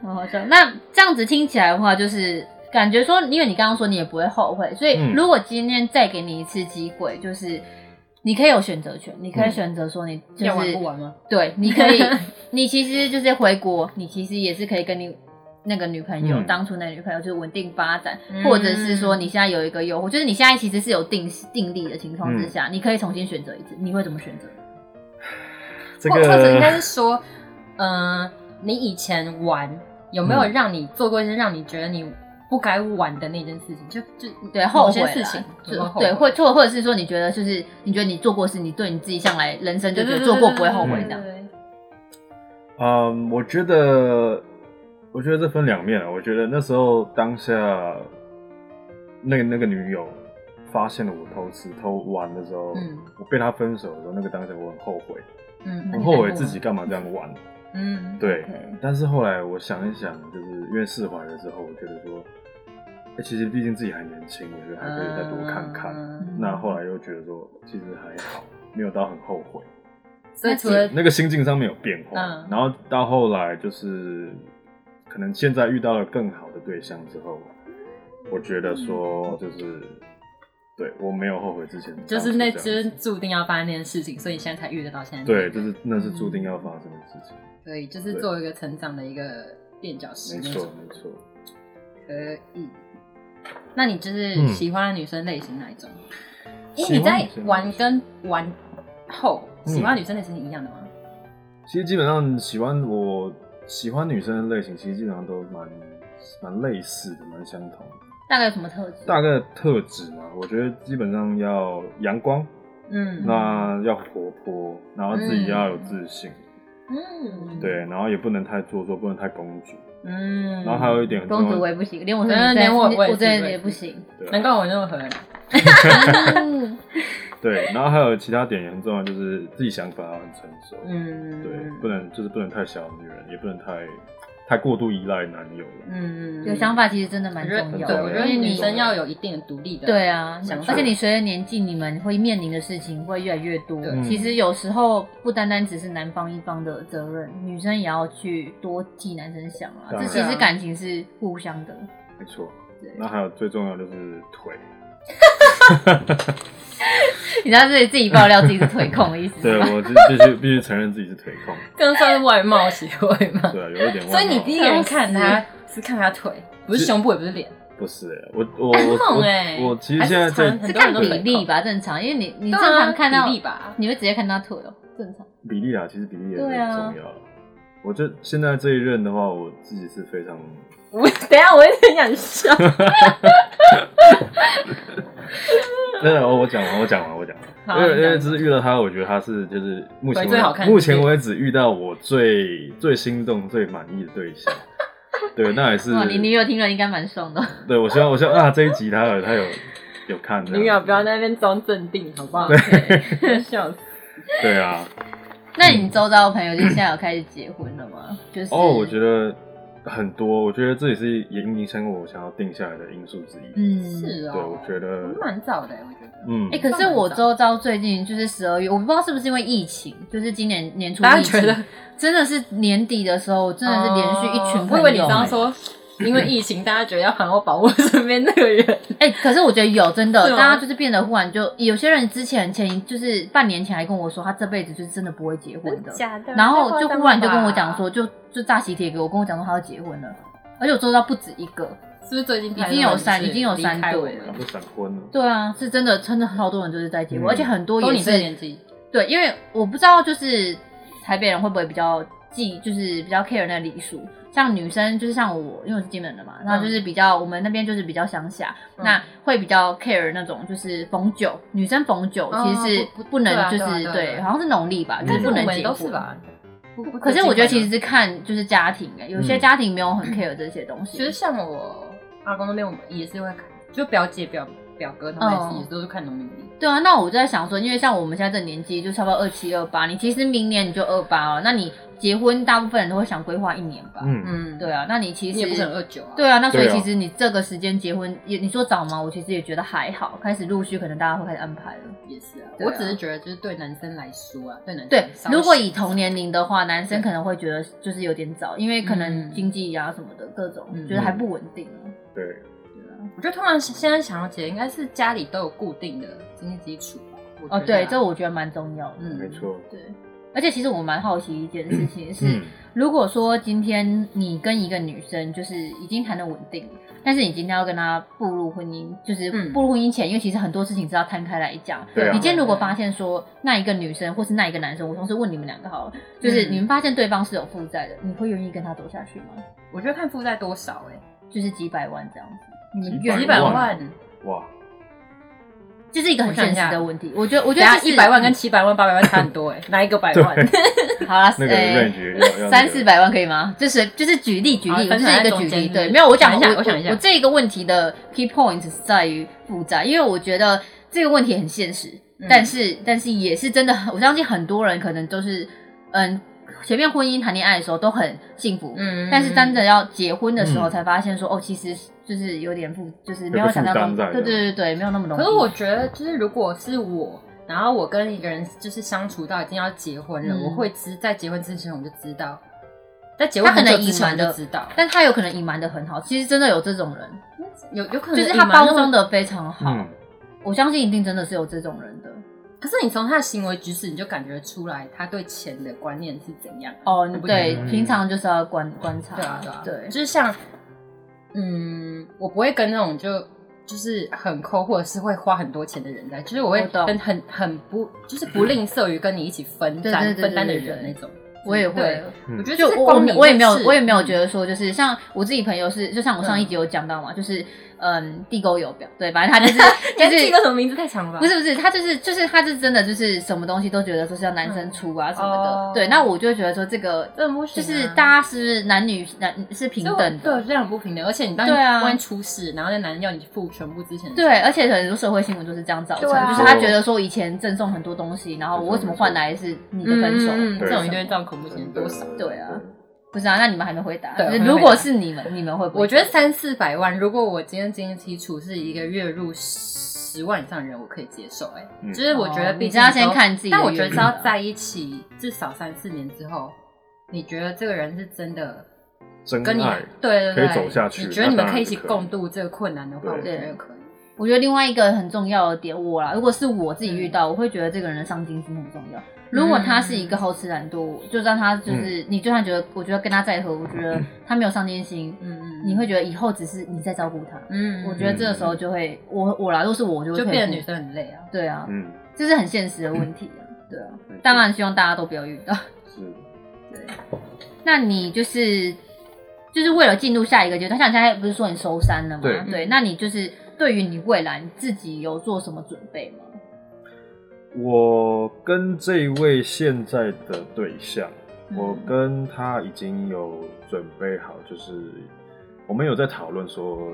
S2: 很哦好笑。那这样子听起来的话，就是感觉说，因为你刚刚说你也不会后悔，所以
S3: 嗯
S2: 如果今天再给你一次机会，就是你可以有选择权，你可以
S3: 嗯
S2: 选择说你就
S1: 要玩
S2: 是
S1: 不玩吗？
S2: 对，你 可以，你其实就是回国，你其实也是可以跟你那个女朋友，
S3: 嗯
S2: 当初那个女朋友就是稳定发展，
S1: 嗯
S2: 或者是说你现在有一个诱惑，就是你现在其实是有定定力的情况
S3: 嗯
S2: 之下，你可以重新选择一次，你会怎么选择？
S3: 这
S1: 或或者应该
S3: 个
S1: 是说，嗯、你以前玩有没有
S3: 嗯
S1: 让你做过一些让你觉得你不该玩的那件事情？就就
S2: 对，
S1: 某
S2: 后悔
S1: 些
S2: 啦
S1: 事情，
S2: 就
S1: 有没有后
S2: 对，
S1: 悔
S2: 或或或者是说你觉得就是你觉得你做过事，你对你自己向来人生就
S1: 对
S2: 觉
S1: 对对
S2: 得做过不会
S1: 对
S2: 后悔
S1: 对
S2: 这样。
S1: 对对
S3: 嗯，我觉得我觉得这分两面啊。我觉得那时候当下那个那个女友发现了我偷吃偷玩的时候，
S1: 嗯
S3: 我被她分手的时候，那个当下我很后悔，
S1: 嗯，
S3: 很
S1: 嗯
S3: 后悔自己，干嘛这样 玩。
S1: 嗯，
S3: 对
S2: OK
S3: 但是后来我想一想，就是因为释怀了之后，我觉得说，哎，其实毕竟自己还年轻，我觉得还可以再多看看。
S1: 嗯
S3: 那后来又觉得说，其实还好，没有到很后悔。
S1: 所以除了
S3: 那个心境上面有变化，
S1: 嗯
S3: 然后到后来就是，可能现在遇到了更好的对象之后，我觉得说就是，对我没有后悔之前当初
S1: 嗯就
S3: 这样子，
S1: 是那就是注定要发生那件事情，所以你现在才遇得到现在。
S3: 对，，就是那是注定要发生的事情，
S1: 所以就是作为一个成长的一个垫脚石
S3: 没
S1: 那
S3: 错
S1: 种。
S3: 没错。
S1: 可以。那你就是
S3: 嗯
S1: 喜欢的女生类型哪一种？哎、
S2: 嗯
S3: 喜欢
S1: 你在
S3: 女生类型
S1: 玩跟玩后
S3: 嗯
S1: 喜欢的女生类型是一样的吗？
S3: 其实基本上喜欢我喜欢女生的类型，其实基本上都蛮蛮类似的，蛮相同的。
S2: 大概有什么特质？
S3: 大概特质嘛，我觉得基本上要阳光，
S1: 嗯，
S3: 那要活泼，然后自己要有自信。
S1: 嗯，
S3: 对，然后也不能太做作，不能太公主。
S1: 嗯，
S3: 然后还有一点很重
S2: 公
S3: 要
S2: 主我也
S3: 的，
S2: 不行，连我这
S1: 嗯
S2: 女
S1: 连
S2: 生，
S1: 我我也
S2: 我
S1: 是
S2: 真
S1: 我
S2: 的
S1: 也
S2: 也
S1: 是
S2: 不行。
S1: 难
S3: 对啊
S1: 怪我那么合，
S3: 对，然后还有其他点也很重要，就是自己想法要很成熟，
S1: 嗯，
S3: 对，不，能就是不能太小女人，也不能太太过度依赖男友了。
S1: 嗯，
S2: 有想，法其实真的
S1: 我
S2: 蛮
S1: 觉得
S2: 重
S3: 很
S2: 要
S1: 对，
S2: 的，
S1: 我觉
S3: 因
S1: 得
S3: 为
S1: 女
S2: 你
S1: 生要有一定的独立的，
S2: 对，啊，
S1: 想法
S2: 而且你随着年纪，你们会面临的事情会越来越多
S1: 对。
S2: 其实有时候不单单只是男方一方的责任，女生也要去多替男生想啊。
S3: 当
S2: 这
S3: 然
S2: 其实感情是互相的。
S3: 没错，
S2: 对，
S3: 那还有最重要就是腿，
S2: 你在这里自己爆料自己是腿控的意思
S3: 对
S2: 是吗？
S3: 我必必须必须承认自己是腿控，
S1: 更算是外貌协会嘛。
S3: 对啊，有一点
S1: 所
S3: 外
S1: 以
S3: 貌。
S1: 你第一眼看她是看她腿，不是胸部，也不是脸，
S3: 不是欸我我
S1: 很
S3: 我
S1: 猛
S3: 我
S1: 欸
S3: 我其实
S1: 还是
S3: 现在
S1: 常
S3: 在
S1: 很
S2: 是
S1: 多人
S2: 看
S1: 都
S2: 比
S1: 腿控
S2: 例吧，正常，因为你你
S1: 对
S2: 正
S1: 啊
S2: 常看到
S1: 比例吧
S2: 你会直接看到腿哦，正常。
S3: 比例啊，其实比例也很
S2: 对
S3: 重
S2: 啊
S3: 要了。我这现在这一任的话，我自己是非常
S1: 我等一下我有点想笑，
S3: 真的，啊我我讲完，我讲完，我讲
S1: 好
S3: 完。因为
S1: 你
S3: 因
S1: 讲
S3: 为只是遇到他，我觉得他是就是目前
S1: 对最好看
S3: 为
S1: 的
S3: 目前为止遇到我最最心动、最满意的对象。对，那也是
S2: 哇，哦你女友听了应该蛮爽的。
S3: 对我希望我希望啊这一集他有他有有看这样子
S1: 女友不要在那边装镇定，好不好？ 对，
S2: 哦
S1: 笑死。
S3: 对啊
S2: 那你周遭的朋友就现在有开始结婚了吗？就是
S3: 哦，我觉得很多，我觉得这也是也影响我想要定下来的因素之一。
S2: 嗯
S1: 是哦，
S3: 对，我觉得
S1: 蛮早的，我觉得。
S3: 嗯
S2: 哎、，可是我周遭最近就是十二月，我不知道是不是因为疫情，就是今年年初
S1: 大家
S2: 疫情
S1: 觉得
S2: 真的是年底的时候，我真的是连续一群
S1: 哦
S2: 朋
S1: 我以为你
S2: 友。欸
S1: 刚刚说，因为疫情，大家觉得要好好把握身边那 个人。
S2: 哎、可是我觉得有真的
S1: 是，吗
S2: 大家就是变得忽然就有些人之前前就是半年前还跟我说，他这辈子就是真的不会结婚的，
S1: 假的
S2: 然后就忽然就跟我讲说，，就就炸喜帖给我，跟我讲说他要结婚了，而且我周遭不止一个。
S1: 是不是最近
S2: 已经有三已经有三对了
S3: 我闪婚了。
S2: 对啊，是真的，真的好多人就是在结婚，
S3: 嗯
S2: 而且很多
S1: 都
S2: 也
S1: 你
S2: 是
S1: 这个年纪，
S2: 对，因为我不知道就是台北人会不会比较记，就是比较 care 那个礼数。像女生就是像我，因为我是金门的嘛，然后就是比较、我们那边就是比较乡下，
S1: 嗯
S2: 那会比较 care 那种就是逢九，女生逢九
S1: 哦
S2: 其实是
S1: 不不对
S2: 能
S1: 啊
S2: 就是、
S1: 对啊对啊对啊
S2: 好像是农历吧，就
S1: 但是
S2: 是不
S1: 我
S2: 能
S1: 们
S2: 结
S1: 都
S2: 婚
S1: 是？吧？不不
S2: 可是我觉得其实
S1: 不
S2: 是看就是家庭、欸，有些
S3: 嗯
S2: 家庭没有很 care 这些东西。
S1: 其实像我阿公那边，我们也是会看，就表姐表表哥他们也是都是看农民历。
S2: 对啊，那我就在想说，因为像我们现在这个年纪，就差不多二七二八，你其实明年你就二八了，那你结婚大部分人都会想规划一年吧？
S3: 嗯，
S1: 嗯，
S2: 对啊，那你其
S1: 你
S2: 实
S1: 也不是很二九啊。
S2: 对啊，那所以
S3: 对啊
S2: 其实你这个时间结婚，也你说早吗？我其实也觉得还好，开始陆续可能大家会开始安排了。
S1: 也是啊，
S2: 对啊
S1: 我只是觉得就是对男生来说啊，对男生
S2: 对，
S1: 稍微
S2: 如果以同年龄的话，男生
S1: 对
S2: 可能会觉得就是有点早，因为可能
S1: 嗯
S2: 经济啊什么的各种，
S1: 嗯
S2: 觉得还不稳定。
S3: 对，
S1: 我觉得通常现在想要结，应该是家里都有固定的经济基础吧。我觉得啊
S2: 哦，对，这我觉得蛮重要的。
S1: 嗯
S3: 没错，
S2: 对，而且其实我蛮好奇一件事 情是，
S3: 嗯，
S2: 如果说今天你跟一个女生就是已经谈的稳定了，但是你今天要跟她步入婚姻，就是
S1: 嗯
S2: 步入婚姻前，因为其实很多事情是要摊开来讲。
S3: 对啊
S2: 你今天如果发现说那一个女生或是那一个男生，我同时问你们两个好了，就是
S1: 嗯
S2: 你们发现对方是有负债的，你会愿意跟他走下去吗？
S1: 我觉得看负债多少哎、
S2: 就是几百万这样子，你们
S3: 几
S2: 愿意
S1: 几
S3: 几
S1: 百
S3: 百
S1: 万
S3: 万，哇，
S2: 这是一个很现实的问题。我觉得，我觉
S1: 等下
S2: 得这是
S1: 一百万跟七百万、八百万差很多哎、 哪一个百万？
S2: 好啦，
S3: 那个
S2: 呃
S3: range 要要那个
S2: 三四百万可以吗？就是就是举例举
S1: 好
S2: 例，
S1: 啊反
S2: 就
S1: 正
S2: 是一个
S1: 在
S2: 举
S1: 中
S2: 例。
S1: 间
S2: 对，没有我讲
S1: 想一下
S2: 我
S1: 我想一下
S2: 我这个问题的 key point 是在于负债，因为我觉得这个问题很现实，
S1: 嗯
S2: 但是但是也是真的很，我相信很多人可能都是嗯前面婚姻谈恋爱的时候都很幸福，
S1: 嗯
S2: 但是真的要结婚的时候
S3: 嗯
S2: 才发现说哦，其实就是有点负，就是
S3: 有
S2: 没有
S3: 个
S2: 想象
S3: 负担
S2: 中，
S3: 在
S2: 对
S3: 的
S2: 对对对，没有那么容易。
S1: 可是我觉得，就是如果是我，然后我跟一个人就是相处到已经要结婚了，
S2: 嗯
S1: 我会知在结婚之前我就知道，在结婚
S2: 他可能
S1: 很久之前
S2: 隐
S1: 我
S2: 瞒
S1: 就
S2: 的
S1: 知道，
S2: 但他有可能隐瞒的很好，其实真的有这种人，
S1: 有有可
S2: 就
S1: 能
S2: 是
S1: 嗯隐
S2: 他
S1: 瞒
S2: 包
S1: 那
S2: 装
S1: 种。
S2: 的非常好，
S3: 嗯，
S2: 我相信一定真的是有这种人的。
S1: 可是你从他的行为举止，你就感觉出来他对钱的观念是怎样。
S2: 哦，
S1: 不
S2: 对
S3: 可，能
S2: 平常就是要观观察，
S1: 对啊，对啊，
S2: 对
S1: 就是像，嗯，我不会跟那种就就是很抠或者是会花很多钱的人在，就是我会
S2: 我懂
S1: 很很很不就是不吝啬于跟你一起分
S2: 对
S1: 担
S2: 对对对
S1: 分担的
S2: 对对
S1: 人
S2: 对
S1: 那种。
S2: 我也会
S1: 对。
S3: 嗯
S1: 我觉得
S2: 就
S1: 这是
S2: 我
S1: 光
S2: 我
S1: 明
S2: 没我也没有
S1: 正视
S2: 我也没有
S1: 嗯
S2: 觉得说，就是像我自己朋友是，就像我上一集有讲到嘛，就是嗯地沟油表，对，反 正他就是
S1: 但
S2: 就是
S1: 这个什么名字太长了吧？
S2: 不是不是，他就是就是他是真的就是什么东西都觉得说是要男生出啊什么的，
S1: 嗯哦
S2: 对，那我就会觉得说这个
S1: 这很不
S2: 就
S1: 行啊
S2: 是大家是不是男女男是平
S1: 所以我
S2: 等
S1: 对，
S2: 的
S1: 我，这样不平等。而且你当
S2: 对啊
S1: 万一出事，然后那男人要你付全部之前的钱，
S2: 对，而且很多社会新闻就是这样造成，
S1: 对啊
S2: 就是他觉得说以前赠送很多东西，然后我为什么换来是你的
S1: 嗯，
S2: 分手，
S1: 嗯嗯
S3: 对啊
S1: 这种一定会造成恐怖情
S3: 真
S1: 多
S3: 的
S1: 少？
S2: 对啊，不知道，那你们还没回答。
S1: 对我还
S2: 就是
S1: 没
S2: 如果是你们，你们会不会？
S1: 我觉得三四百万，如果我今天经济基础是一个月入十万以上的人，我可以接受、哎、
S3: 嗯
S1: 就是我觉得
S2: 哦
S1: 毕
S2: 你
S1: 竟
S2: 是要
S1: 都
S2: 先看自己的啊
S1: 但我觉得
S2: 月
S1: 是
S2: 入
S1: 要
S2: 的
S1: 在一起至少三四年之后，你觉得这个人是真的
S3: 真
S1: 跟你
S3: 爱，
S1: 对对对
S3: 可以走下去
S1: 你觉得你们
S3: 那当然
S1: 可以一起
S3: 是可以
S1: 共度这个困难的话，我觉
S2: 对
S1: 得可以。
S2: 我觉得另外一个很重要的点，我啦，如果是我自己遇
S1: 嗯
S2: 到，我会觉得这个人的上进心很重要。如果他是一个好吃懒惰，就算他
S1: 嗯
S2: 就是、你，就算觉得我觉得跟他在一合，我觉得他没有上进心，
S1: 嗯嗯，
S2: 你会觉得以后只是你在照顾他。
S1: 嗯，
S2: 我觉得这个时候就会，我我啦，如果是我，我就会
S1: 就
S2: 退
S1: 变
S2: 步
S1: 得女生很累啊。
S2: 对啊，
S3: 嗯，
S2: 这是很现实的问题啊。
S1: 嗯
S2: 对啊，
S3: 没错
S2: 当然希望大家都不要遇到。
S3: 是，
S2: 那你就是就是为了进入下一个阶段，像你现在不是说你收山了吗？
S3: 对
S2: 那你就是对于你未来你自己有做什么准备吗？
S3: 我跟这位现在的对象，
S2: 嗯
S3: 我跟他已经有准备好，就是我们有在讨论说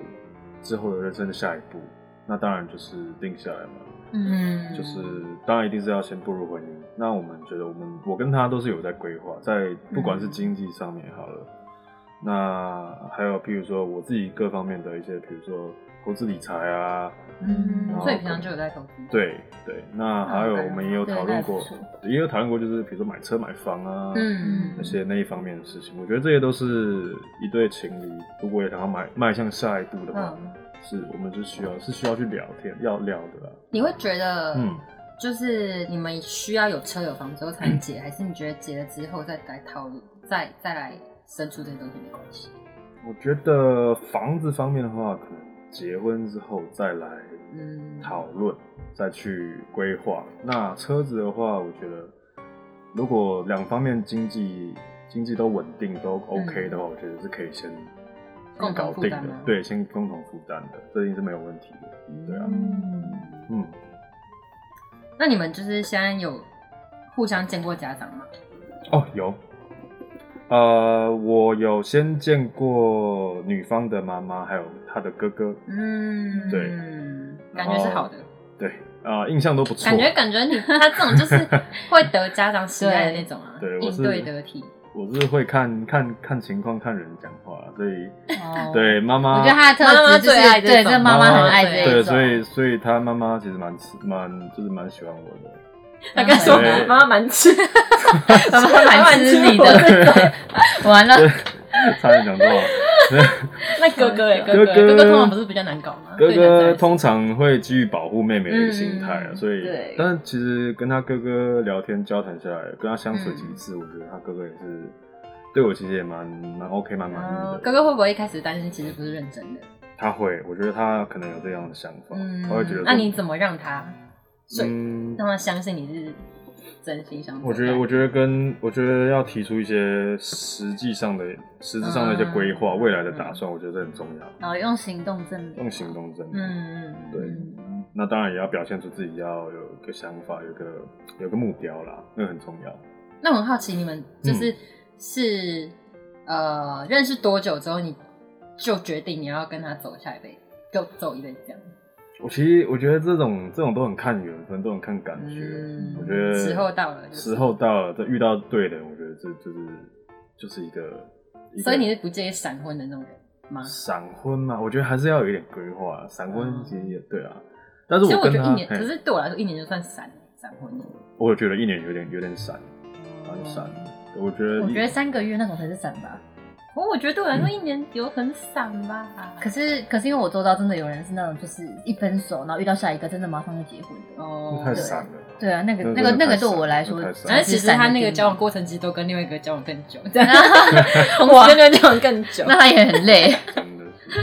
S3: 之后的人生的下一步，那当然就是定下来嘛，
S2: 嗯
S1: 嗯，
S3: 就是当然一定是要先步入婚姻。那我们觉得我们我跟他都是有在规划，在不管是经济上面好了，那还有譬如说我自己各方面的一些，比如说投资理财啊，
S1: 嗯，所以
S3: 好
S1: 平常就有在投资。
S3: 对对，
S1: 嗯
S3: 那还有我们也有讨论过
S2: 对那还，
S3: 也有讨论过，就是比如说买车、买房啊，
S1: 嗯，
S3: 那些那一方面的事情。我觉得这些都是一对情侣，如果也想要买迈向下一步的话，
S1: 嗯
S3: 是我们是需要是需要去聊天要聊的啦。啊
S1: 你会觉得，
S3: 嗯，
S1: 就是你们需要有车有房之后才能结，还是你觉得结了之后再来套路，再再来生出这些东西没关系？
S3: 我觉得房子方面的话，可能结婚之后再来
S1: 嗯，
S3: 讨论，再去规划。那车子的话，我觉得如果两方面经济经济都稳定都 OK 的话，我觉得是可以先
S1: 嗯共
S3: 搞
S1: 同负
S3: 定
S1: 担
S3: 的
S1: 吗，
S3: 对，先共同负担的，这一定是没有问题的。对啊
S2: 嗯，
S3: 嗯，
S1: 那你们就是现在有互相见过家长吗？
S3: 哦，有，呃，我有先见过女方的妈妈，还有她的哥哥，
S1: 嗯，
S3: 对，
S1: 感觉是好的，
S3: 对，啊、印象都不错。
S1: 感觉感觉你他这种就是会得家长喜爱的那种啊，
S3: 对，我
S1: 应
S3: 是
S1: 对得体。
S3: 我是会看看看情况，看人讲话，所以
S2: 哦，
S3: 对妈妈，
S2: 我觉得他的
S1: 妈妈
S2: 特质就
S1: 最爱
S2: 是
S1: 这
S2: 对，
S1: 种
S2: 这妈妈很爱这
S3: 哦对，
S2: 一
S3: 所以
S2: 种，
S3: 所以他妈妈其实蛮吃蛮就是蛮喜欢我的。
S1: 他刚说
S3: 对
S1: 妈妈蛮吃， 妈妈
S2: 蛮吃你
S1: 我这
S2: 的， 完了，
S3: 差点讲错了。
S1: 那哥哥哎， 哥
S3: 哥
S1: 哥欸哥
S3: 哥
S1: 哥通常不是比较难搞吗？
S3: 哥
S1: 对男生来
S3: 哥
S1: 说
S3: 通常会基于保护妹妹的心态啊，
S1: 嗯嗯嗯
S3: 所以
S2: 对，
S3: 但其实跟他哥哥聊天交谈下来，跟他相处几次，我觉得他哥哥也是对我其实也蛮蛮 OK 蛮满意
S1: 哦
S3: 的。
S1: 哥哥会不会一开始担心其实不是认真的？
S3: 他会，我觉得他可能有这样的想法，
S1: 嗯
S3: 他会哦觉得，
S1: 那你
S3: 么？
S1: 怎么让他所以
S3: 嗯，
S1: 让他相信你是真心相信？
S3: 我觉得，我觉得跟我觉得要提出一些实际上的、实质上的一些规划，
S1: 嗯
S3: 未来的打算，我觉得这很重要。
S1: 哦
S2: 然后用行动证明，
S3: 用行动证明。
S1: 嗯嗯，
S3: 对
S1: 嗯
S3: 那当然也要表现出自己要有一个想法，有一个有一个目标啦，那个很重要。
S1: 那我很好奇，你们就是、
S3: 嗯
S1: 是呃认识多久之后，你就决定你要跟他走下一辈子，就走一辈子这样？
S3: 我其实我觉得这种这种都很看缘分，都很看感觉。
S1: 嗯
S3: 我觉得
S1: 时候到了就是
S3: 时候到了，这遇到对的人，我觉得这就是就是一个。一个
S1: 所以你是不介意闪婚的那种人吗？
S3: 闪婚嘛？我觉得还是要有一点规划。啊闪婚
S1: 嗯
S3: 其实也对啊，但是
S1: 其实我
S3: 跟
S1: 觉得一
S3: 他，
S1: 年，
S3: 嘿
S1: 可是对我来说一年就算闪闪婚了。
S3: 我觉得一年有点有点闪，蛮闪的。我觉得一，
S2: 我觉得三个月那种才是闪吧。
S1: 可我觉得对我来说一年有很闪吧。
S2: 可是，可是因为我周遭真的有人是那种，就是一分手，然后遇到下一个，真的马上就结婚的。
S1: 哦
S3: 太
S2: 对
S3: 闪了。
S2: 对啊，那个
S3: 那
S2: 那个
S3: 真的
S2: 那个
S3: 太
S2: 对我
S3: 闪
S2: 来
S3: 那
S2: 说
S3: 太
S2: 只是
S3: 闪
S1: 反正
S2: 闪的
S1: 其实他那
S2: 定义，
S1: 个交往过程其实都跟另外一个交往更久， 这样
S2: 哇
S1: 同时间就交往更久。
S2: 那他也很累。
S3: 真的是。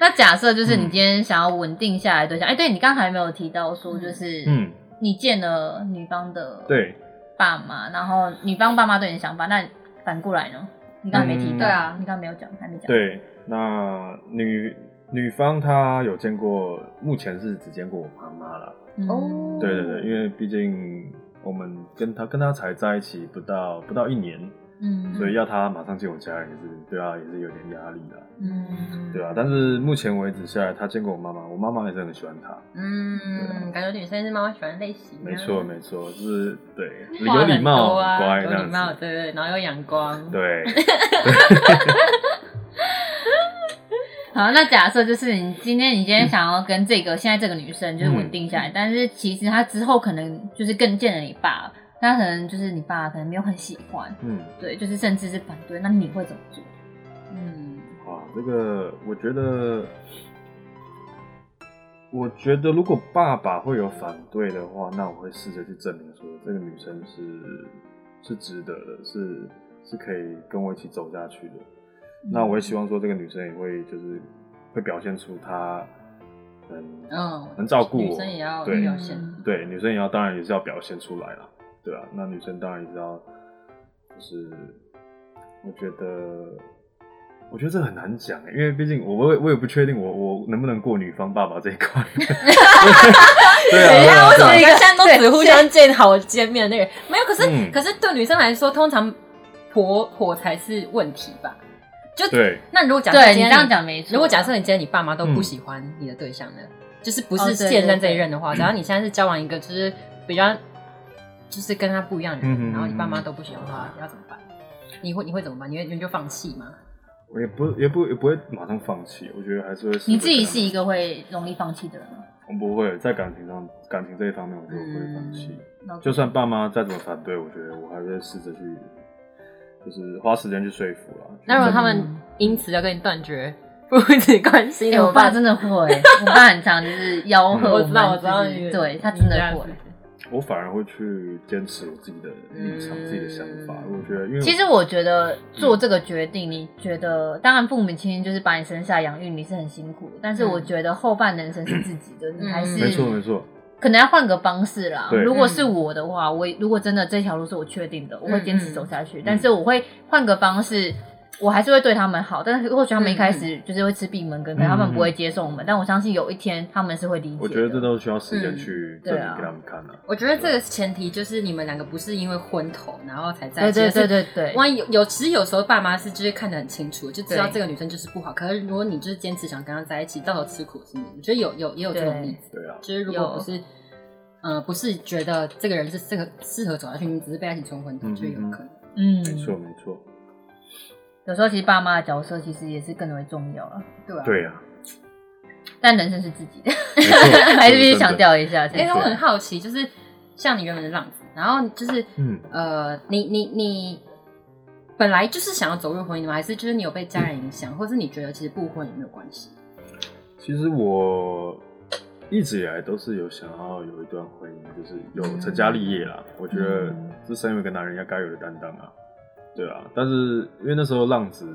S2: 那假设就是你
S3: 嗯
S2: 今天想要稳定下来的对象，哎、对你刚才没有提到说，就是
S3: 嗯，
S2: 你见了女方的
S3: 对，
S2: 爸妈，然后女方爸妈对你的想法，那反过来呢？你刚才没提
S3: 嗯
S2: 到，
S1: 对啊
S2: 你刚才没有讲，还没讲。，
S3: 对，那女女方她有见过，目前是只见过我妈妈啦。
S2: 嗯
S1: 哦
S3: 对对对，因为毕竟我们跟她跟她才在一起不到不到一年，
S2: 嗯，
S3: 所以要她马上进我家也是对啊，也是有点压力啦。
S2: 嗯，
S3: 对啊，但是目前为止下来，她见过我妈妈，我妈妈也是很喜欢她。
S1: 嗯，感觉女生是妈妈喜欢的类型啊。
S3: 没错没错，就是对
S1: 话
S3: 有礼
S1: 很
S3: 貌、
S1: 多啊，
S3: 很
S1: 有
S3: 乖这
S1: 礼貌，
S3: 样子。
S1: 对对，然后又阳光，
S3: 对，
S2: 好，那假设就是你今天你今天想要跟这个、现在这个女生就是稳定
S3: 嗯
S2: 下来，但是其实她之后可能就是更见了你爸，那可能就是你爸可能没有很喜欢，
S3: 嗯，
S2: 对，就是甚至是反对，那你会怎么做？
S1: 嗯，
S3: 哇，啊这个我觉得，我觉得如果爸爸会有反对的话，那我会试着去证明说这个女生是是值得的，是是可以跟我一起走下去的。那我也希望说这个女生也会就是会表现出她嗯
S1: 嗯，
S3: 能照顾我，
S1: 女生也要
S3: 对
S1: 表现，
S3: 对，女生也要当然也是要表现出来啦，对啊，那女生当然也是要，就是我觉得，我觉得这很难讲欸，因为毕竟我我也我也不确定我我能不能过女方爸爸这一块。
S1: 等一下，为什么你
S2: 嗯
S3: 对啊，对啊对啊
S2: 对
S1: 们现在都只互相见好见面那个人？没有，可是、
S3: 嗯
S1: 可是对女生来说，通常婆婆才是问题吧？就
S3: 对，
S1: 那如果假设
S2: 对
S1: 今
S2: 你
S1: 天
S2: 这样，讲没错。
S1: 如果假设你今天你爸妈都不
S3: 嗯
S1: 喜欢你的对象呢，就是不
S2: 哦
S1: 是
S2: 对对
S1: 现任这一
S2: 对
S1: 任的话，只要你现在是交往一个就是比较就是跟他不一样的
S3: 嗯嗯
S1: 人，
S3: 嗯
S1: 然后你爸妈都不喜欢的话，你要怎么办？你会你会怎么办？你会你就放弃吗？
S3: 我也不也不也不会马上放弃，我觉得还是会试着跟他们。
S2: 你自己是一个会容易放弃的人吗？
S3: 我不会在感情上感情这一方面，我觉得我不会放弃。
S1: 嗯
S2: 那我
S3: 就算爸妈再怎么反对，我觉得我还会试着去，就是花时间去说服啦。
S1: 那如果他们因此要跟你断绝父子关系，
S2: 哎、
S1: 怎么
S2: 我爸
S1: 办？
S2: 真的会，欸我爸很常 就是吆喝
S3: 嗯
S1: 我
S2: 们
S1: 知道，我知道
S2: 就是
S1: 你，
S2: 对他
S1: 你
S2: 真的
S1: 这样
S2: 会
S1: 子。
S3: 我反而会去坚持我自己的立场、
S1: 嗯
S3: 自己的想法。我觉得，因为
S2: 其实我觉得做这个决定，你觉得当然父母亲就是把你生下养育你是很辛苦，但是我觉得后半人生是自己的，你还
S1: 嗯
S2: 是
S3: 没错没错，
S2: 可能要换个方式啦。
S3: 对
S2: 如果是我的话，我如果真的这条路是我确定的，我会
S1: 嗯
S2: 坚持走下
S3: 嗯
S2: 去。但是我会换个方式，我还是会对他们好。但是或许他们一开
S1: 嗯
S2: 始就是会吃闭门羹，可能他们不会接受我们。但我相信有一天他们是会理解的。
S3: 嗯我觉得这都需要时间去
S2: 嗯对
S3: 证明
S2: 啊
S3: 给他们看的、啊。
S1: 我觉得这个前提就是你们两个不是因为昏头然后才在
S2: 对
S1: 一起，
S2: 对
S1: 而
S2: 对
S1: 是
S2: 对对，
S1: 万一有有，其实有时候爸妈是就是看得很清楚，就知道
S2: 对
S1: 这个女生就是不好。可是如果你就是坚持想跟她在一起，到头吃苦是你。我觉得有有也有这种
S2: 对
S1: 例子，
S3: 对啊，
S1: 就是如果
S2: 有
S1: 不是呃不是觉得这个人是适合适合走下去，你只是被他一起冲昏头，
S3: 嗯
S1: 就有可能。
S2: 嗯，
S3: 没错没错，
S2: 有时候其实爸妈的角色其实也是更为重要了，
S1: 对啊，
S3: 对啊，
S2: 但人生是自己的，
S3: 没错
S2: 还是必须强。调一下。
S1: 哎、
S2: 哎
S1: 那我很好奇，就是像你原本的浪子，然后就是
S3: 嗯
S1: 呃，你你你本来就是想要走入婚姻吗？还是就是你有被家人影响，或是你觉得其实不婚也没有关系？
S3: 其实我一直以来都是有想要有一段婚姻，就是有成家立业啦。我觉得
S2: 嗯
S3: 这身为一个男人要该有的担当啊，对啊。但是因为那时候浪子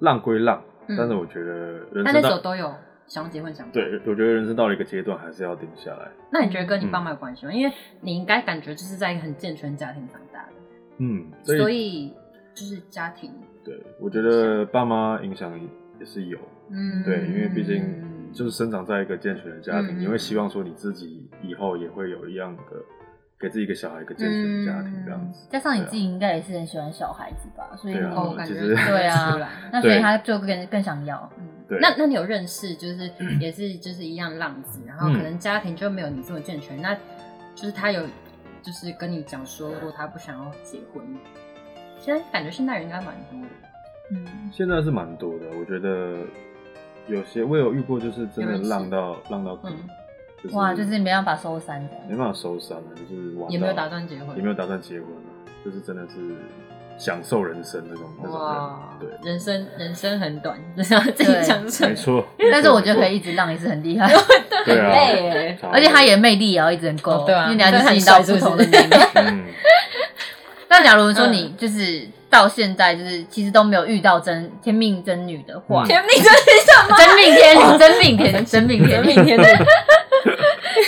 S3: 浪归浪，
S1: 嗯
S3: 但是我觉得人
S1: 但那
S3: 生
S1: 时候
S3: 到
S1: 都有想要结婚想法。
S3: 对，我觉得人生到了一个阶段还是要定下来。
S1: 那你觉得跟你
S3: 嗯
S1: 爸妈有关系吗？因为你应该感觉就是在一个很健全的家庭长大的，
S3: 嗯，
S1: 所
S3: 所
S1: 以
S3: 以
S1: 就是家庭，
S3: 对我觉得爸妈影响也是有，
S1: 嗯，
S3: 对，因为毕竟就是生长在一个健全的家庭，
S1: 嗯
S3: 你会希望说你自己以后也会有一样的，给自己一个小孩一个健全的家庭这样子。
S2: 加上你自己应该也是很喜欢小孩子吧，所以
S3: 对啊
S2: 你、
S1: 哦，感
S3: 其
S1: 觉
S3: 实
S1: 看得
S2: 对啊
S1: 出 来
S2: 那所以
S3: 对
S2: 他就更更想要。
S1: 嗯
S3: 对
S1: 那那你有认识， 就是也是就是一样浪子，然
S3: 嗯
S1: 后可能家庭就没有你这么健全，那就是他有就是跟你讲说，如果他不想要结婚，现在感觉现代人应该蛮多的，
S2: 嗯，
S3: 现在是蛮多的，我觉得有些我有遇过，就是真
S1: 有
S3: 的
S1: 人是
S3: 浪到浪到底
S1: 嗯，
S3: 就是
S2: 哇，就是没办法收山的。
S3: 没办法收山了，就是玩到
S1: 也没有打算结婚
S3: 也没有打算结婚啊，就是真的是享受人生那种那
S1: 哇，
S3: 种人，
S1: 人生人生很短， 就是要自己享受
S3: 对，没，错。
S2: 但是我觉得可
S3: 以，
S2: 以一直浪也是很厉害，
S3: 对
S1: 很
S3: 啊，
S1: 累耶，
S3: 差不多
S2: 而且他也魅力也要一直很够、
S1: 哦对啊
S2: 因为你要一直吸引到不同的人。
S3: 嗯，
S2: 那假如说你就是到现在就是其实都没有遇到真天命真女的话，
S3: 嗯
S1: 甜蜜真是什么？
S2: 真命天女，真命天女，真命天女，
S1: 天的，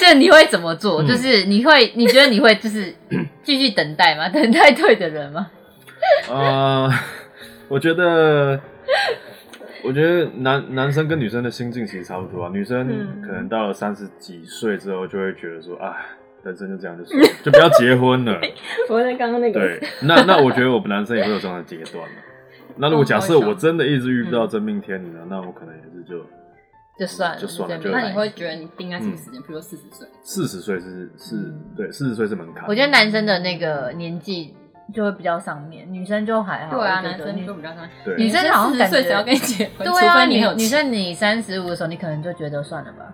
S2: 这你会怎么做？
S3: 嗯
S2: 就是你会，你觉得你会就是继续等待吗？ 等待对的人吗？
S3: 呃，我觉得，我觉得男男生跟女生的心境其实差不多啊。女生
S1: 嗯
S3: 可能到了三十几岁之后，就会觉得说，哎，人生就这样就算了，就不要结婚了。
S1: 我在刚刚那
S3: 对，那那我觉得我们男生也会有这样的阶段啊那如果假设我真的一直遇不到真命天女呢，那我可能也是就
S2: 就算了，
S3: 就算了
S2: 这
S3: 就
S2: 样
S1: 那
S2: 吧
S1: 你会觉得你定在什么时间？比如说四十岁，
S3: 四十岁是是
S2: 嗯，
S3: 对，四十岁是门槛。
S2: 我觉得男生的那个年纪就会比较上面，女生就还好。
S1: 对啊，
S2: 我觉
S1: 男
S2: 得
S1: 生
S2: 女
S1: 就比较上，
S3: 对
S2: 女生好
S1: 四
S2: 像
S1: 十
S2: 感
S1: 岁
S2: 觉
S1: 谁要跟你结婚？
S2: 对啊，
S1: 除非你
S2: 女
S1: 有钱
S2: 女生你三十五的时候，你可能就觉得算了吧，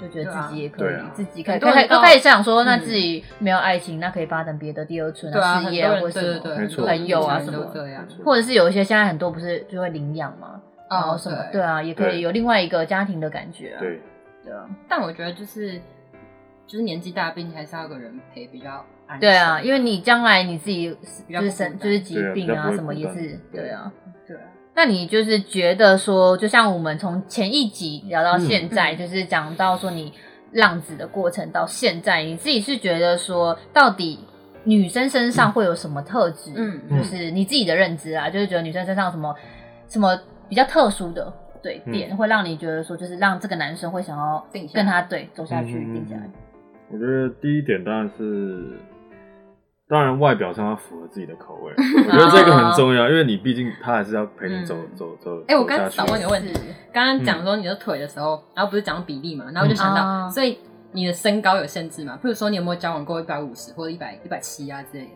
S2: 就觉得自己也可以，
S3: 对啊
S2: 自己可以
S1: 很多人
S2: 开
S1: 到
S2: 都开始想说，
S1: 嗯
S2: 那自己没有爱情，那可以发展别的第二春
S1: 对啊，
S2: 事
S1: 很
S2: 业
S1: 多
S2: 啊
S1: 人
S2: 或
S1: 对
S2: 什么
S1: 对对，
S3: 没
S1: 很
S3: 错
S1: 多人
S2: 朋友啊什么
S1: 都这样
S3: 没。错
S2: 或者是有一些现在很多不是就会领养嘛，
S1: 哦
S2: 然后什么对啊，也可
S3: 对
S2: 以有另外一个家庭的感觉啊，
S3: 对，
S2: 对啊，
S1: 但我觉得就是就是年纪大，毕竟还是要有个人陪比较安心。
S2: 对啊，因为你将来你自己
S1: 比较
S2: 就
S1: 不
S2: 是
S1: 孤单
S2: 生就是疾
S3: 对啊
S2: 病
S3: 比较不
S2: 啊
S3: 会
S2: 什么也
S3: 孤单
S2: 是对啊，
S1: 对啊，
S2: 那你就是觉得说，就像我们从前一集聊到现在，
S1: 嗯
S2: 就是讲到说你浪子的过程到现在，你自己是觉得说，到底女生身上会有什么特质？
S1: 嗯
S3: 嗯
S2: 就是你自己的认知啊，就是觉得女生身上有什么什么比较特殊的对点，
S3: 嗯
S2: 会让你觉得说，就是让这个男生会想要
S1: 定下来
S2: 跟他对走下去，
S3: 嗯
S2: 定下来。
S3: 我觉得第一点当然是，当然外表上要符合自己的口 味，我觉得这个很重要，因为你毕竟他还是要陪你走、
S1: 哦嗯
S3: 走走。
S1: 哎我
S3: 走
S1: 刚
S3: 下
S1: 刚
S3: 去
S1: 想问你个问题，刚刚讲
S3: 嗯
S1: 说你的腿的时候，然后不是讲比例嘛，然后我就想到，
S2: 嗯
S1: 所以你的身高有限制嘛？譬如说你有没有交往过一百五十或者一百一百七啊之类的？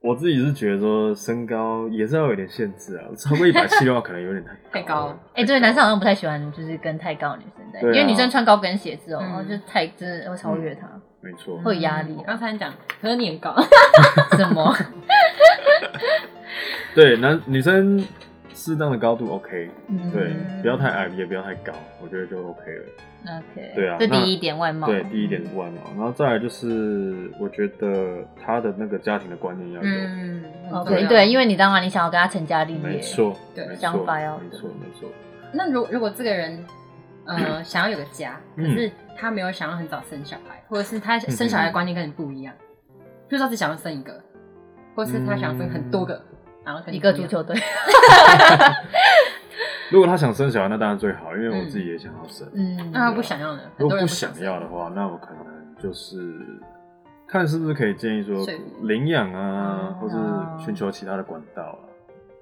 S3: 我自己是觉得说身高也是要有点限制啊，超过一百七的话可能有点 太
S1: 太高
S3: 了。
S2: 哎、对，男生好像不太喜欢就是跟太高的女生在一起，
S3: 对啊
S2: 因为女生穿高跟鞋之后，
S1: 嗯
S2: 然后就太真的会超越他。
S3: 没错，
S2: 会有压力啊
S1: 我嗯刚才讲，可是你很高，
S2: 什么？
S3: 对男女生适当的高度 OK，
S2: 嗯
S3: 对，
S1: 嗯
S3: 不要太矮，也不要太高，我觉得就 OK 了。
S2: OK，
S3: 对啊
S2: 这
S3: 那
S2: 第一点外
S1: 嗯
S2: 貌，
S3: 对，第一点是外貌，然后再来就是我觉得他的那个家庭的观念要有，
S1: 嗯
S2: ，OK，对，哦因
S1: 为
S2: 为你当然你想要跟他成家立业，
S3: 没错，
S1: 对
S3: 没错
S2: 想法要
S3: 没错没错，
S1: 那如如果这个人呃想要有个家，可是他没有想要很早生小孩，或者是他生小孩的观念跟你不一样，比如说他只想要生一个，或是他想要生很多个，然后跟你
S2: 一个
S1: 不
S2: 足
S1: 样
S2: 球队，
S3: 如果他想生小孩，那当然最好，因为我自己也想要生。
S2: 嗯
S1: 那他啊不想要呢？很多
S3: 如果
S1: 人
S3: 不
S1: 想
S3: 想
S1: 生
S3: 要的话，那我可能就是看是不是可以建议说
S1: 说服
S3: 领养
S1: 哦，
S3: 啊或是寻求其他的管道啊，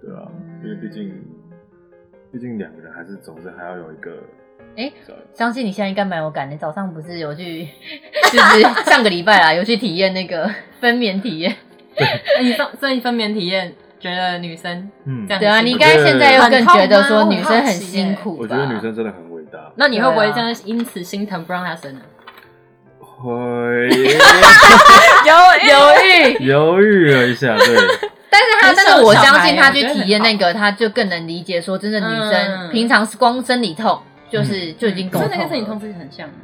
S3: 对啊，
S2: 嗯
S3: 因为毕竟毕竟两个人还是总是还要有一个
S2: 诶嗯
S3: 知道
S2: 相信你现在应该蛮有感的。早上不是有去，就是上个礼拜啦，有去体验那个分娩体验。
S1: 哎你分所以你分娩体验，觉得女生，
S3: 嗯，
S1: 这样
S2: 对啊，
S1: 很
S2: 你
S1: 辛
S2: 应
S1: 苦
S2: 该现在又更
S1: 很痛
S2: 觉得说
S1: 吗
S2: 女生
S1: 我好奇
S2: 很
S1: 耶
S2: 辛苦吧。
S3: 我觉得女生真的很伟大。
S1: 那你会不会
S2: 对啊
S1: 真的因此心疼不让他生啊呢？
S3: 会
S2: 犹豫，
S3: 犹豫了一下，对，
S2: 但是他，
S1: 很少
S2: 但是我
S1: 小
S2: 相
S1: 孩
S2: 信
S1: 耶
S2: 他
S1: 我
S2: 去
S1: 觉得很
S2: 体验那
S1: 好
S2: 个，他就更能理解说，真的女生
S1: 嗯
S2: 平常是光生理痛。就是就已经够
S1: 真的
S2: 痛
S1: 跟生理
S2: 了
S1: 痛。自己很像吗？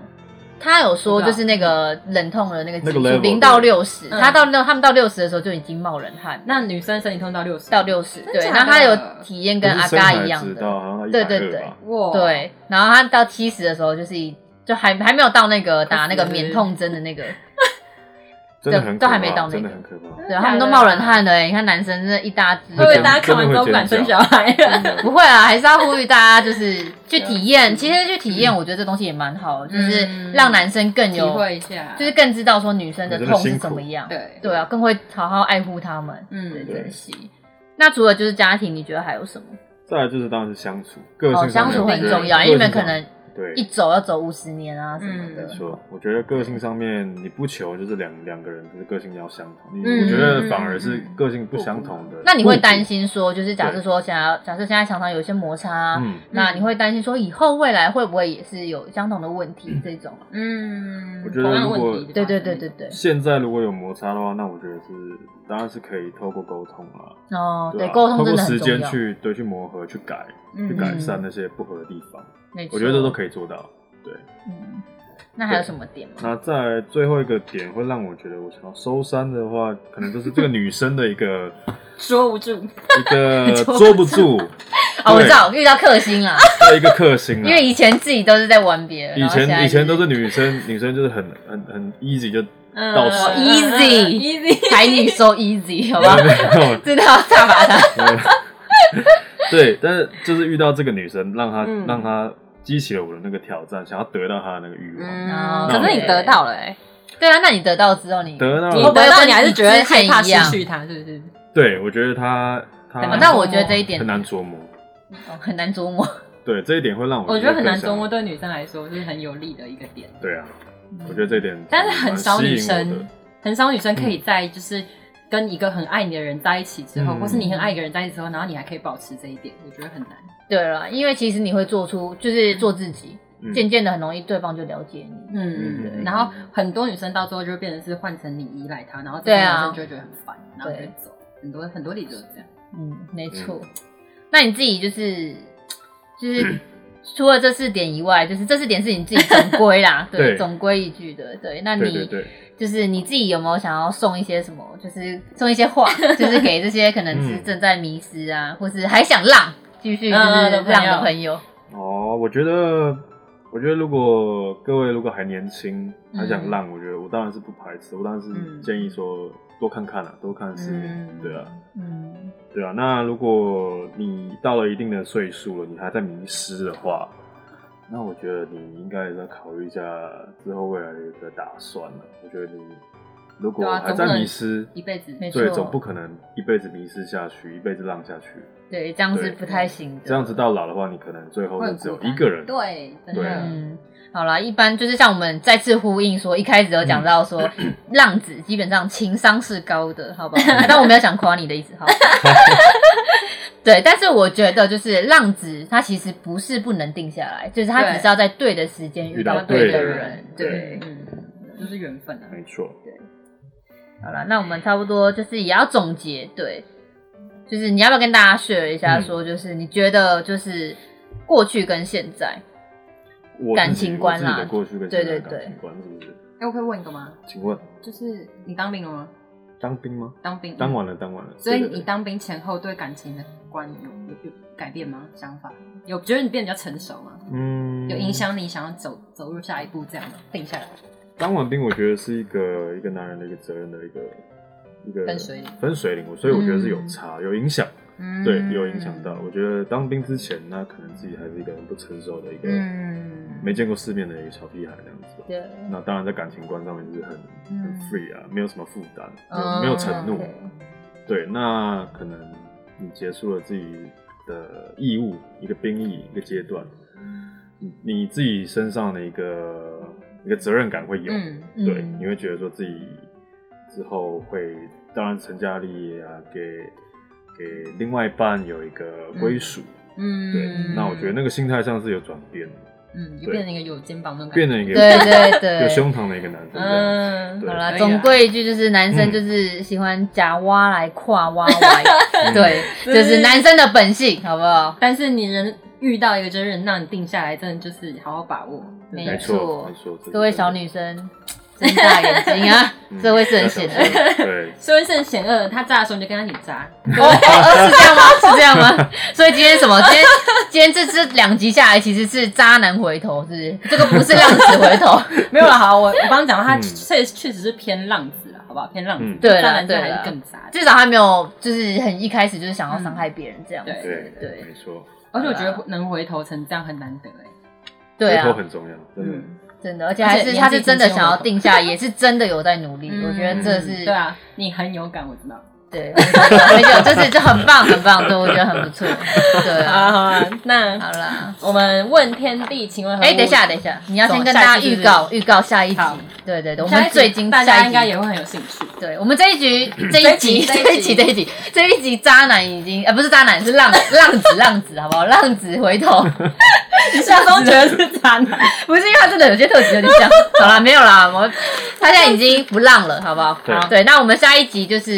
S2: 他有说，
S1: 我知
S2: 就
S1: 道
S2: 是那个冷痛的那个
S3: 那
S2: 指
S3: 个
S2: 数
S3: level，
S2: 零到六十，
S1: 嗯
S2: 他到那他们到六十的时候就已经冒冷汗，
S1: 那女生生理痛到六十
S2: 到六十
S1: 真
S2: 对。
S1: 假
S2: 然后他有
S1: 的
S2: 体验跟
S3: 不
S2: 阿
S3: 是生
S2: 嘎
S3: 才
S2: 一样
S3: 知
S2: 的，
S3: 道好像
S2: 对对
S3: 120
S2: 对
S3: 吧
S1: 哇，
S2: 对，然后他到七十的时候，就是一就还还没有到那个打那个
S1: 可是
S2: 免痛针的那个，
S3: 真的很
S2: 都都
S3: 可
S2: 还
S3: 怕，
S2: 没到那个嗯
S3: 真的很可怕。
S1: 真的
S2: 对
S1: 假的
S2: 他们都冒冷汗了欸。你看男生真的一大只，
S1: 会不会大家看完之后不敢生小孩了？
S3: 真的
S2: 不会啊，还是要呼吁大家 就是去体验。其实去体验，我觉得这东西也蛮好的，就是
S1: 啊嗯
S2: 让男生更
S1: 体
S2: 有，
S1: 会一 下，
S2: 就是更知道说女生的
S3: 真的
S2: 痛是
S3: 辛苦
S2: 怎么样。
S1: 对，
S2: 对啊，更会好好爱护他们，对
S1: 嗯，
S2: 珍惜。那除了就是家庭，你觉得还有什么？
S3: 再来就是当然是相处，个
S2: 哦，
S3: 性
S2: 相
S3: 上面
S2: 处
S3: 我觉
S2: 很
S3: 得
S2: 重要，
S3: 个
S2: 因为你
S3: 性
S2: 们可
S3: 上
S2: 能
S3: 对
S2: 一走要走五十年啊什么的
S1: 嗯
S3: 没。错，我觉得个性上面你不求就是两两个人就是个性要相同，你
S1: 嗯
S3: 我觉得
S1: 嗯
S3: 反而是
S1: 嗯
S3: 个性不相同的。
S2: 那你会担
S3: 心？
S2: 心说，就是假设说想要，假设现在常常有一些摩擦啊，
S3: 嗯，
S2: 那你会担心说以后未来会不会也是有相同的问题这种？
S1: 嗯，
S3: 我觉得
S1: 同样的
S3: 如果
S1: 问题
S2: 对对对对，对，
S3: 现在如果有摩擦的话，那我觉得是当然是可以透过沟通啦，
S2: 哦，对，
S3: 啊
S2: 沟
S3: 透
S2: 通真
S3: 过
S2: 的很
S3: 时
S2: 重
S3: 间
S2: 要，
S3: 去对去磨合、去改、
S1: 嗯
S3: 去改善那些不合的地方，
S2: 没错
S3: 我觉得这都可以做到。对，
S2: 嗯，那还有什么点吗？
S3: 那在最后一个点会让我觉得我想要收山的话，可能就是这个女生的一个
S1: 说不住，
S3: 一个
S1: 捉不
S3: 捉不住
S2: 哦，我知道遇到克星 啦，
S3: 的一个克星啊，
S2: 因为以前自己都是在玩别人，
S3: 以
S2: 然后现在
S3: 前以
S2: 就
S3: 前都是女生，女生就是很很很 easy 就到手，
S2: 嗯 easy
S1: easy，
S2: 台女 so easy，好吧，
S3: 没有
S2: 知道大把他，
S3: 对，但是就是遇到这个女生，让她、
S1: 嗯
S3: 让她激起了我的那个挑战，想要得到她的那个欲望，
S1: 嗯，
S2: 那
S1: 可
S2: 我
S1: 是你
S2: 觉
S1: 得
S2: 得
S1: 到了哎，
S2: 对啊，那你得到之后你，
S3: 得到
S1: 你
S2: 会不会
S3: 了，
S1: 得到
S2: 跟
S1: 你还是
S2: 你
S1: 觉得
S2: 之前
S1: 害怕
S2: 一
S1: 失
S2: 样
S1: 去他，是不是？
S3: 对我觉得她她
S1: 很难
S2: 但哦我觉得这一点
S3: 啊很难琢磨，
S2: 哦很难琢磨，
S3: 对这一点会让我
S1: 我觉得很
S3: 更
S1: 难
S3: 想
S1: 琢磨，对女生来说是很有利的一个点。
S3: 对啊，我觉得这一点
S1: 但是很少女
S3: 蛮吸引我
S1: 生
S3: 的，
S1: 很少女生可以在就是跟一个很爱你的人在一起之后，
S3: 嗯
S1: 或是你很爱一个人在一起之后，然后你还可以保持这一点，我觉得很难。
S2: 对了，因为其实你会做出就是做自己，
S3: 嗯
S2: 渐渐的很容易对方就了解你。
S1: 嗯，
S3: 嗯
S1: 对然后很多女生到最后就会变成是换成你依赖她，然后这
S2: 对
S1: 些
S2: 啊
S1: 男生就会觉得很烦，然后就会
S2: 对
S1: 走。很多很多例子都是这样。
S2: 嗯，没错。那你自己就是 就是除了这四点以外，就是这四点是你自己总归 啦，对，
S3: 对
S2: 总归一句的，对。那你
S3: 对对对，
S2: 就是你自己有没有想要送一些什么，就是送一些话， 就是给这些可能是
S3: 嗯
S2: 正在迷失啊，或是还想浪继续就是
S1: 嗯的朋友
S2: 浪的朋友，
S3: 哦，我觉得。我觉得如果各位如果还年轻，还想浪，我觉得我当然是不排斥，我当然是
S1: 嗯
S3: 建议说多看看啊，多看世面，
S1: 嗯
S3: 对啊，
S2: 嗯，
S3: 对啊，那如果你到了一定的岁数了，你还在迷失的话，那我觉得你应该要考虑一下之后未来的一个打算了。我觉得你如果
S1: 对啊
S3: 还在迷失，
S1: 一辈子
S2: 没错
S3: 对，总不可能一辈子迷失下去，一辈子浪下去。
S2: 对，这样是
S3: 对
S2: 不太行的，
S3: 这样子到老的话，你可能最后
S1: 会
S3: 就
S1: 很
S3: 只有
S1: 孤单
S3: 一个人。
S1: 对，真
S3: 对啊
S1: 的，
S2: 嗯，好啦，一般就是像我们再次呼应说，一开始有讲到说，
S3: 嗯
S2: 浪子基本上情商是高的，好 不好？但我没有想夸你的意思，好。对，但是我觉得就是浪子，他其实不是不能定下来，就是他
S1: 对
S2: 只是要在对的时间遇
S3: 遇到
S2: 到
S3: 对
S2: 的
S3: 的
S2: 人
S3: 人。
S2: 对，
S1: 嗯，就是缘分啊。
S3: 没错，
S2: 好了，那我们差不多就是也要总结，对，就是你要不要跟大家 share 一下，
S3: 嗯
S2: 说就是你觉得就是过去跟现在，
S3: 我
S2: 感
S3: 自己
S2: 情观
S3: 我自己
S2: 啦
S3: 的过去跟现
S2: 对
S3: 在的
S2: 对对
S3: 感情观是不是？
S1: 哎，我可以问一个吗？
S3: 请问
S1: 就是你当兵了吗？
S3: 当兵吗？
S1: 当兵，
S3: 当完了，当完了。
S1: 所以
S3: 对对
S1: 你当兵前后对感情的观有有有改变吗？想法有觉得你变得比较成熟吗？
S3: 对嗯，嗯
S1: 有影。响你想要走走入下一步这样的定下来。
S3: 当完兵，我觉得是一个一个男人的一个责任的一个一个
S1: 分水岭
S3: 分水岭，所以我觉得是有
S1: 嗯
S3: 差、有影响，
S1: 嗯
S3: 对，有影响到。我觉得当兵之前，那可能自己还是一个很不成熟的一个、
S1: 嗯，
S3: 没见过世面的一个小屁孩那样子吧。
S2: 对，
S3: 那当然，在感情观上面就是很很
S2: 嗯
S3: free 啊，没有什么负担，
S1: 嗯
S3: 没有
S2: 哦
S3: 承诺。
S1: 对
S3: 对，那可能你结束了自己的义务，一个兵役一个阶段，
S2: 嗯
S3: 你你自己身上的一个一个责任感会有，
S1: 嗯
S3: 对，
S2: 嗯
S3: 你会觉得说自己之后会，当然成家立业啊，给给另外一半有一个归属，
S1: 嗯，
S3: 对，那我觉得那个心态上是有转变，
S1: 嗯，就
S3: 对
S1: 变成一个有肩膀那种感觉，
S3: 变成一个
S2: 对对
S3: 有
S2: 对。
S3: 胸膛的一个男生这样子。
S1: 嗯，
S3: 对啊
S2: 好
S1: 啦
S2: 啦，总归一句就是，男生就是喜欢假挖来跨挖歪，
S3: 嗯
S2: 对，这是男生的本性，好不好？
S1: 但是你人遇到一个真人，让你定下来，真的就是好好把握。对不对
S3: 没
S2: 没
S3: 错，
S2: 错
S3: 没错，这是
S2: 各位
S3: 真的
S2: 小女生，睁大眼睛啊
S3: 嗯，
S2: 这会是很显
S3: 要小
S2: 的。
S3: 心对，
S1: 所以是很险恶，他炸的时候你就跟他你炸，
S2: 哦， 哦是这样吗？是这样吗？所以今天什么？今天今天这这两集下来，其实是渣男回头，是不是？这个不是浪子回 头。
S1: 没有了。好，我我刚刚讲到他
S3: 嗯
S1: 确确实是偏浪子了，好不好？偏浪子
S3: 嗯，
S2: 对啦
S1: 渣男就
S2: 对
S1: 还
S2: 啦
S1: 是更渣。
S2: 至少他没有，就是很一开始就是想要伤害别人这样子。
S1: 嗯
S3: 对
S2: 对
S3: 没错，
S1: 而且我觉得能回头成这样很难得哎。
S2: 对
S3: 回
S2: 啊
S3: 头，很重要，真的。
S1: 嗯，
S2: 真的，而且
S1: 而
S2: 还是
S1: 且
S2: 他是真的想要
S1: 年纪轻轻
S2: 定下，也是真的有在努力。我觉得这
S1: 嗯
S2: 是
S1: 对啊，你很有感，我知 道。
S2: 对，没错，就是就很棒，很棒，对，我觉得很不错。对啊，
S1: 好啊，那
S2: 好啦。
S1: 我们问天地，请问何物
S2: 哎，等一下，等一下，你要先跟
S1: 下一
S2: 大家
S1: 集是
S2: 预
S1: 不是
S2: 告预告下一集
S1: 好。
S2: 对对对，我
S1: 下一
S2: 们
S1: 集
S2: 最近
S1: 大
S2: 下
S1: 家
S2: 一集
S1: 应该也会很有兴 趣。
S2: 对我们这一局这一集
S1: 这一集
S2: 这一 集这一集这一集渣男已经呃不是渣男是浪浪子浪子好不好浪子回头
S1: 你下周觉得是渣男？
S2: 不是因为他真的有些特质有点 像好啦，没有啦我们他现在已经不浪了好不好
S3: 对
S2: 对那我们下一集就是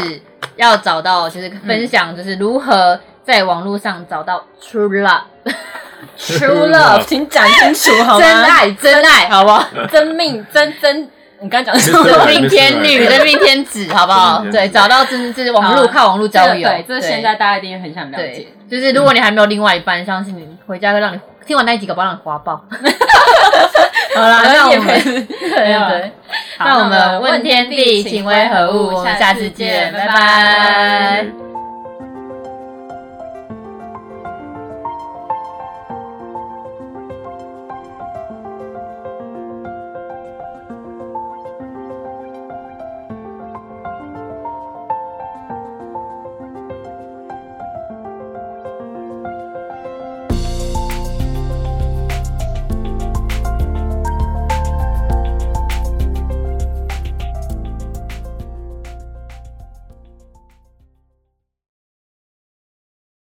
S2: 要找到就是分享就是如何在网络上找到 true love
S1: 除了，请讲清楚好吗？
S2: 真爱真爱好不好
S1: 真命真真，你刚刚讲什么？
S3: 真
S2: 真
S3: 爱
S2: 命天女真命天子好不好
S3: 真命天
S2: 对
S3: 子
S2: 找到真是网
S1: 好
S2: 络靠网络交友
S1: 对，这现在大家一定也很想了解
S2: 对。，就是如果你还没有另外一半，相信你回家会让你听完那一集，搞不好让你滑 爆。
S1: 好啦
S2: 那我
S1: 也
S2: 们
S1: 没事
S2: 对
S1: 没有
S2: 对，那我们问天地，情为何物？我们下次见，拜拜。
S3: 对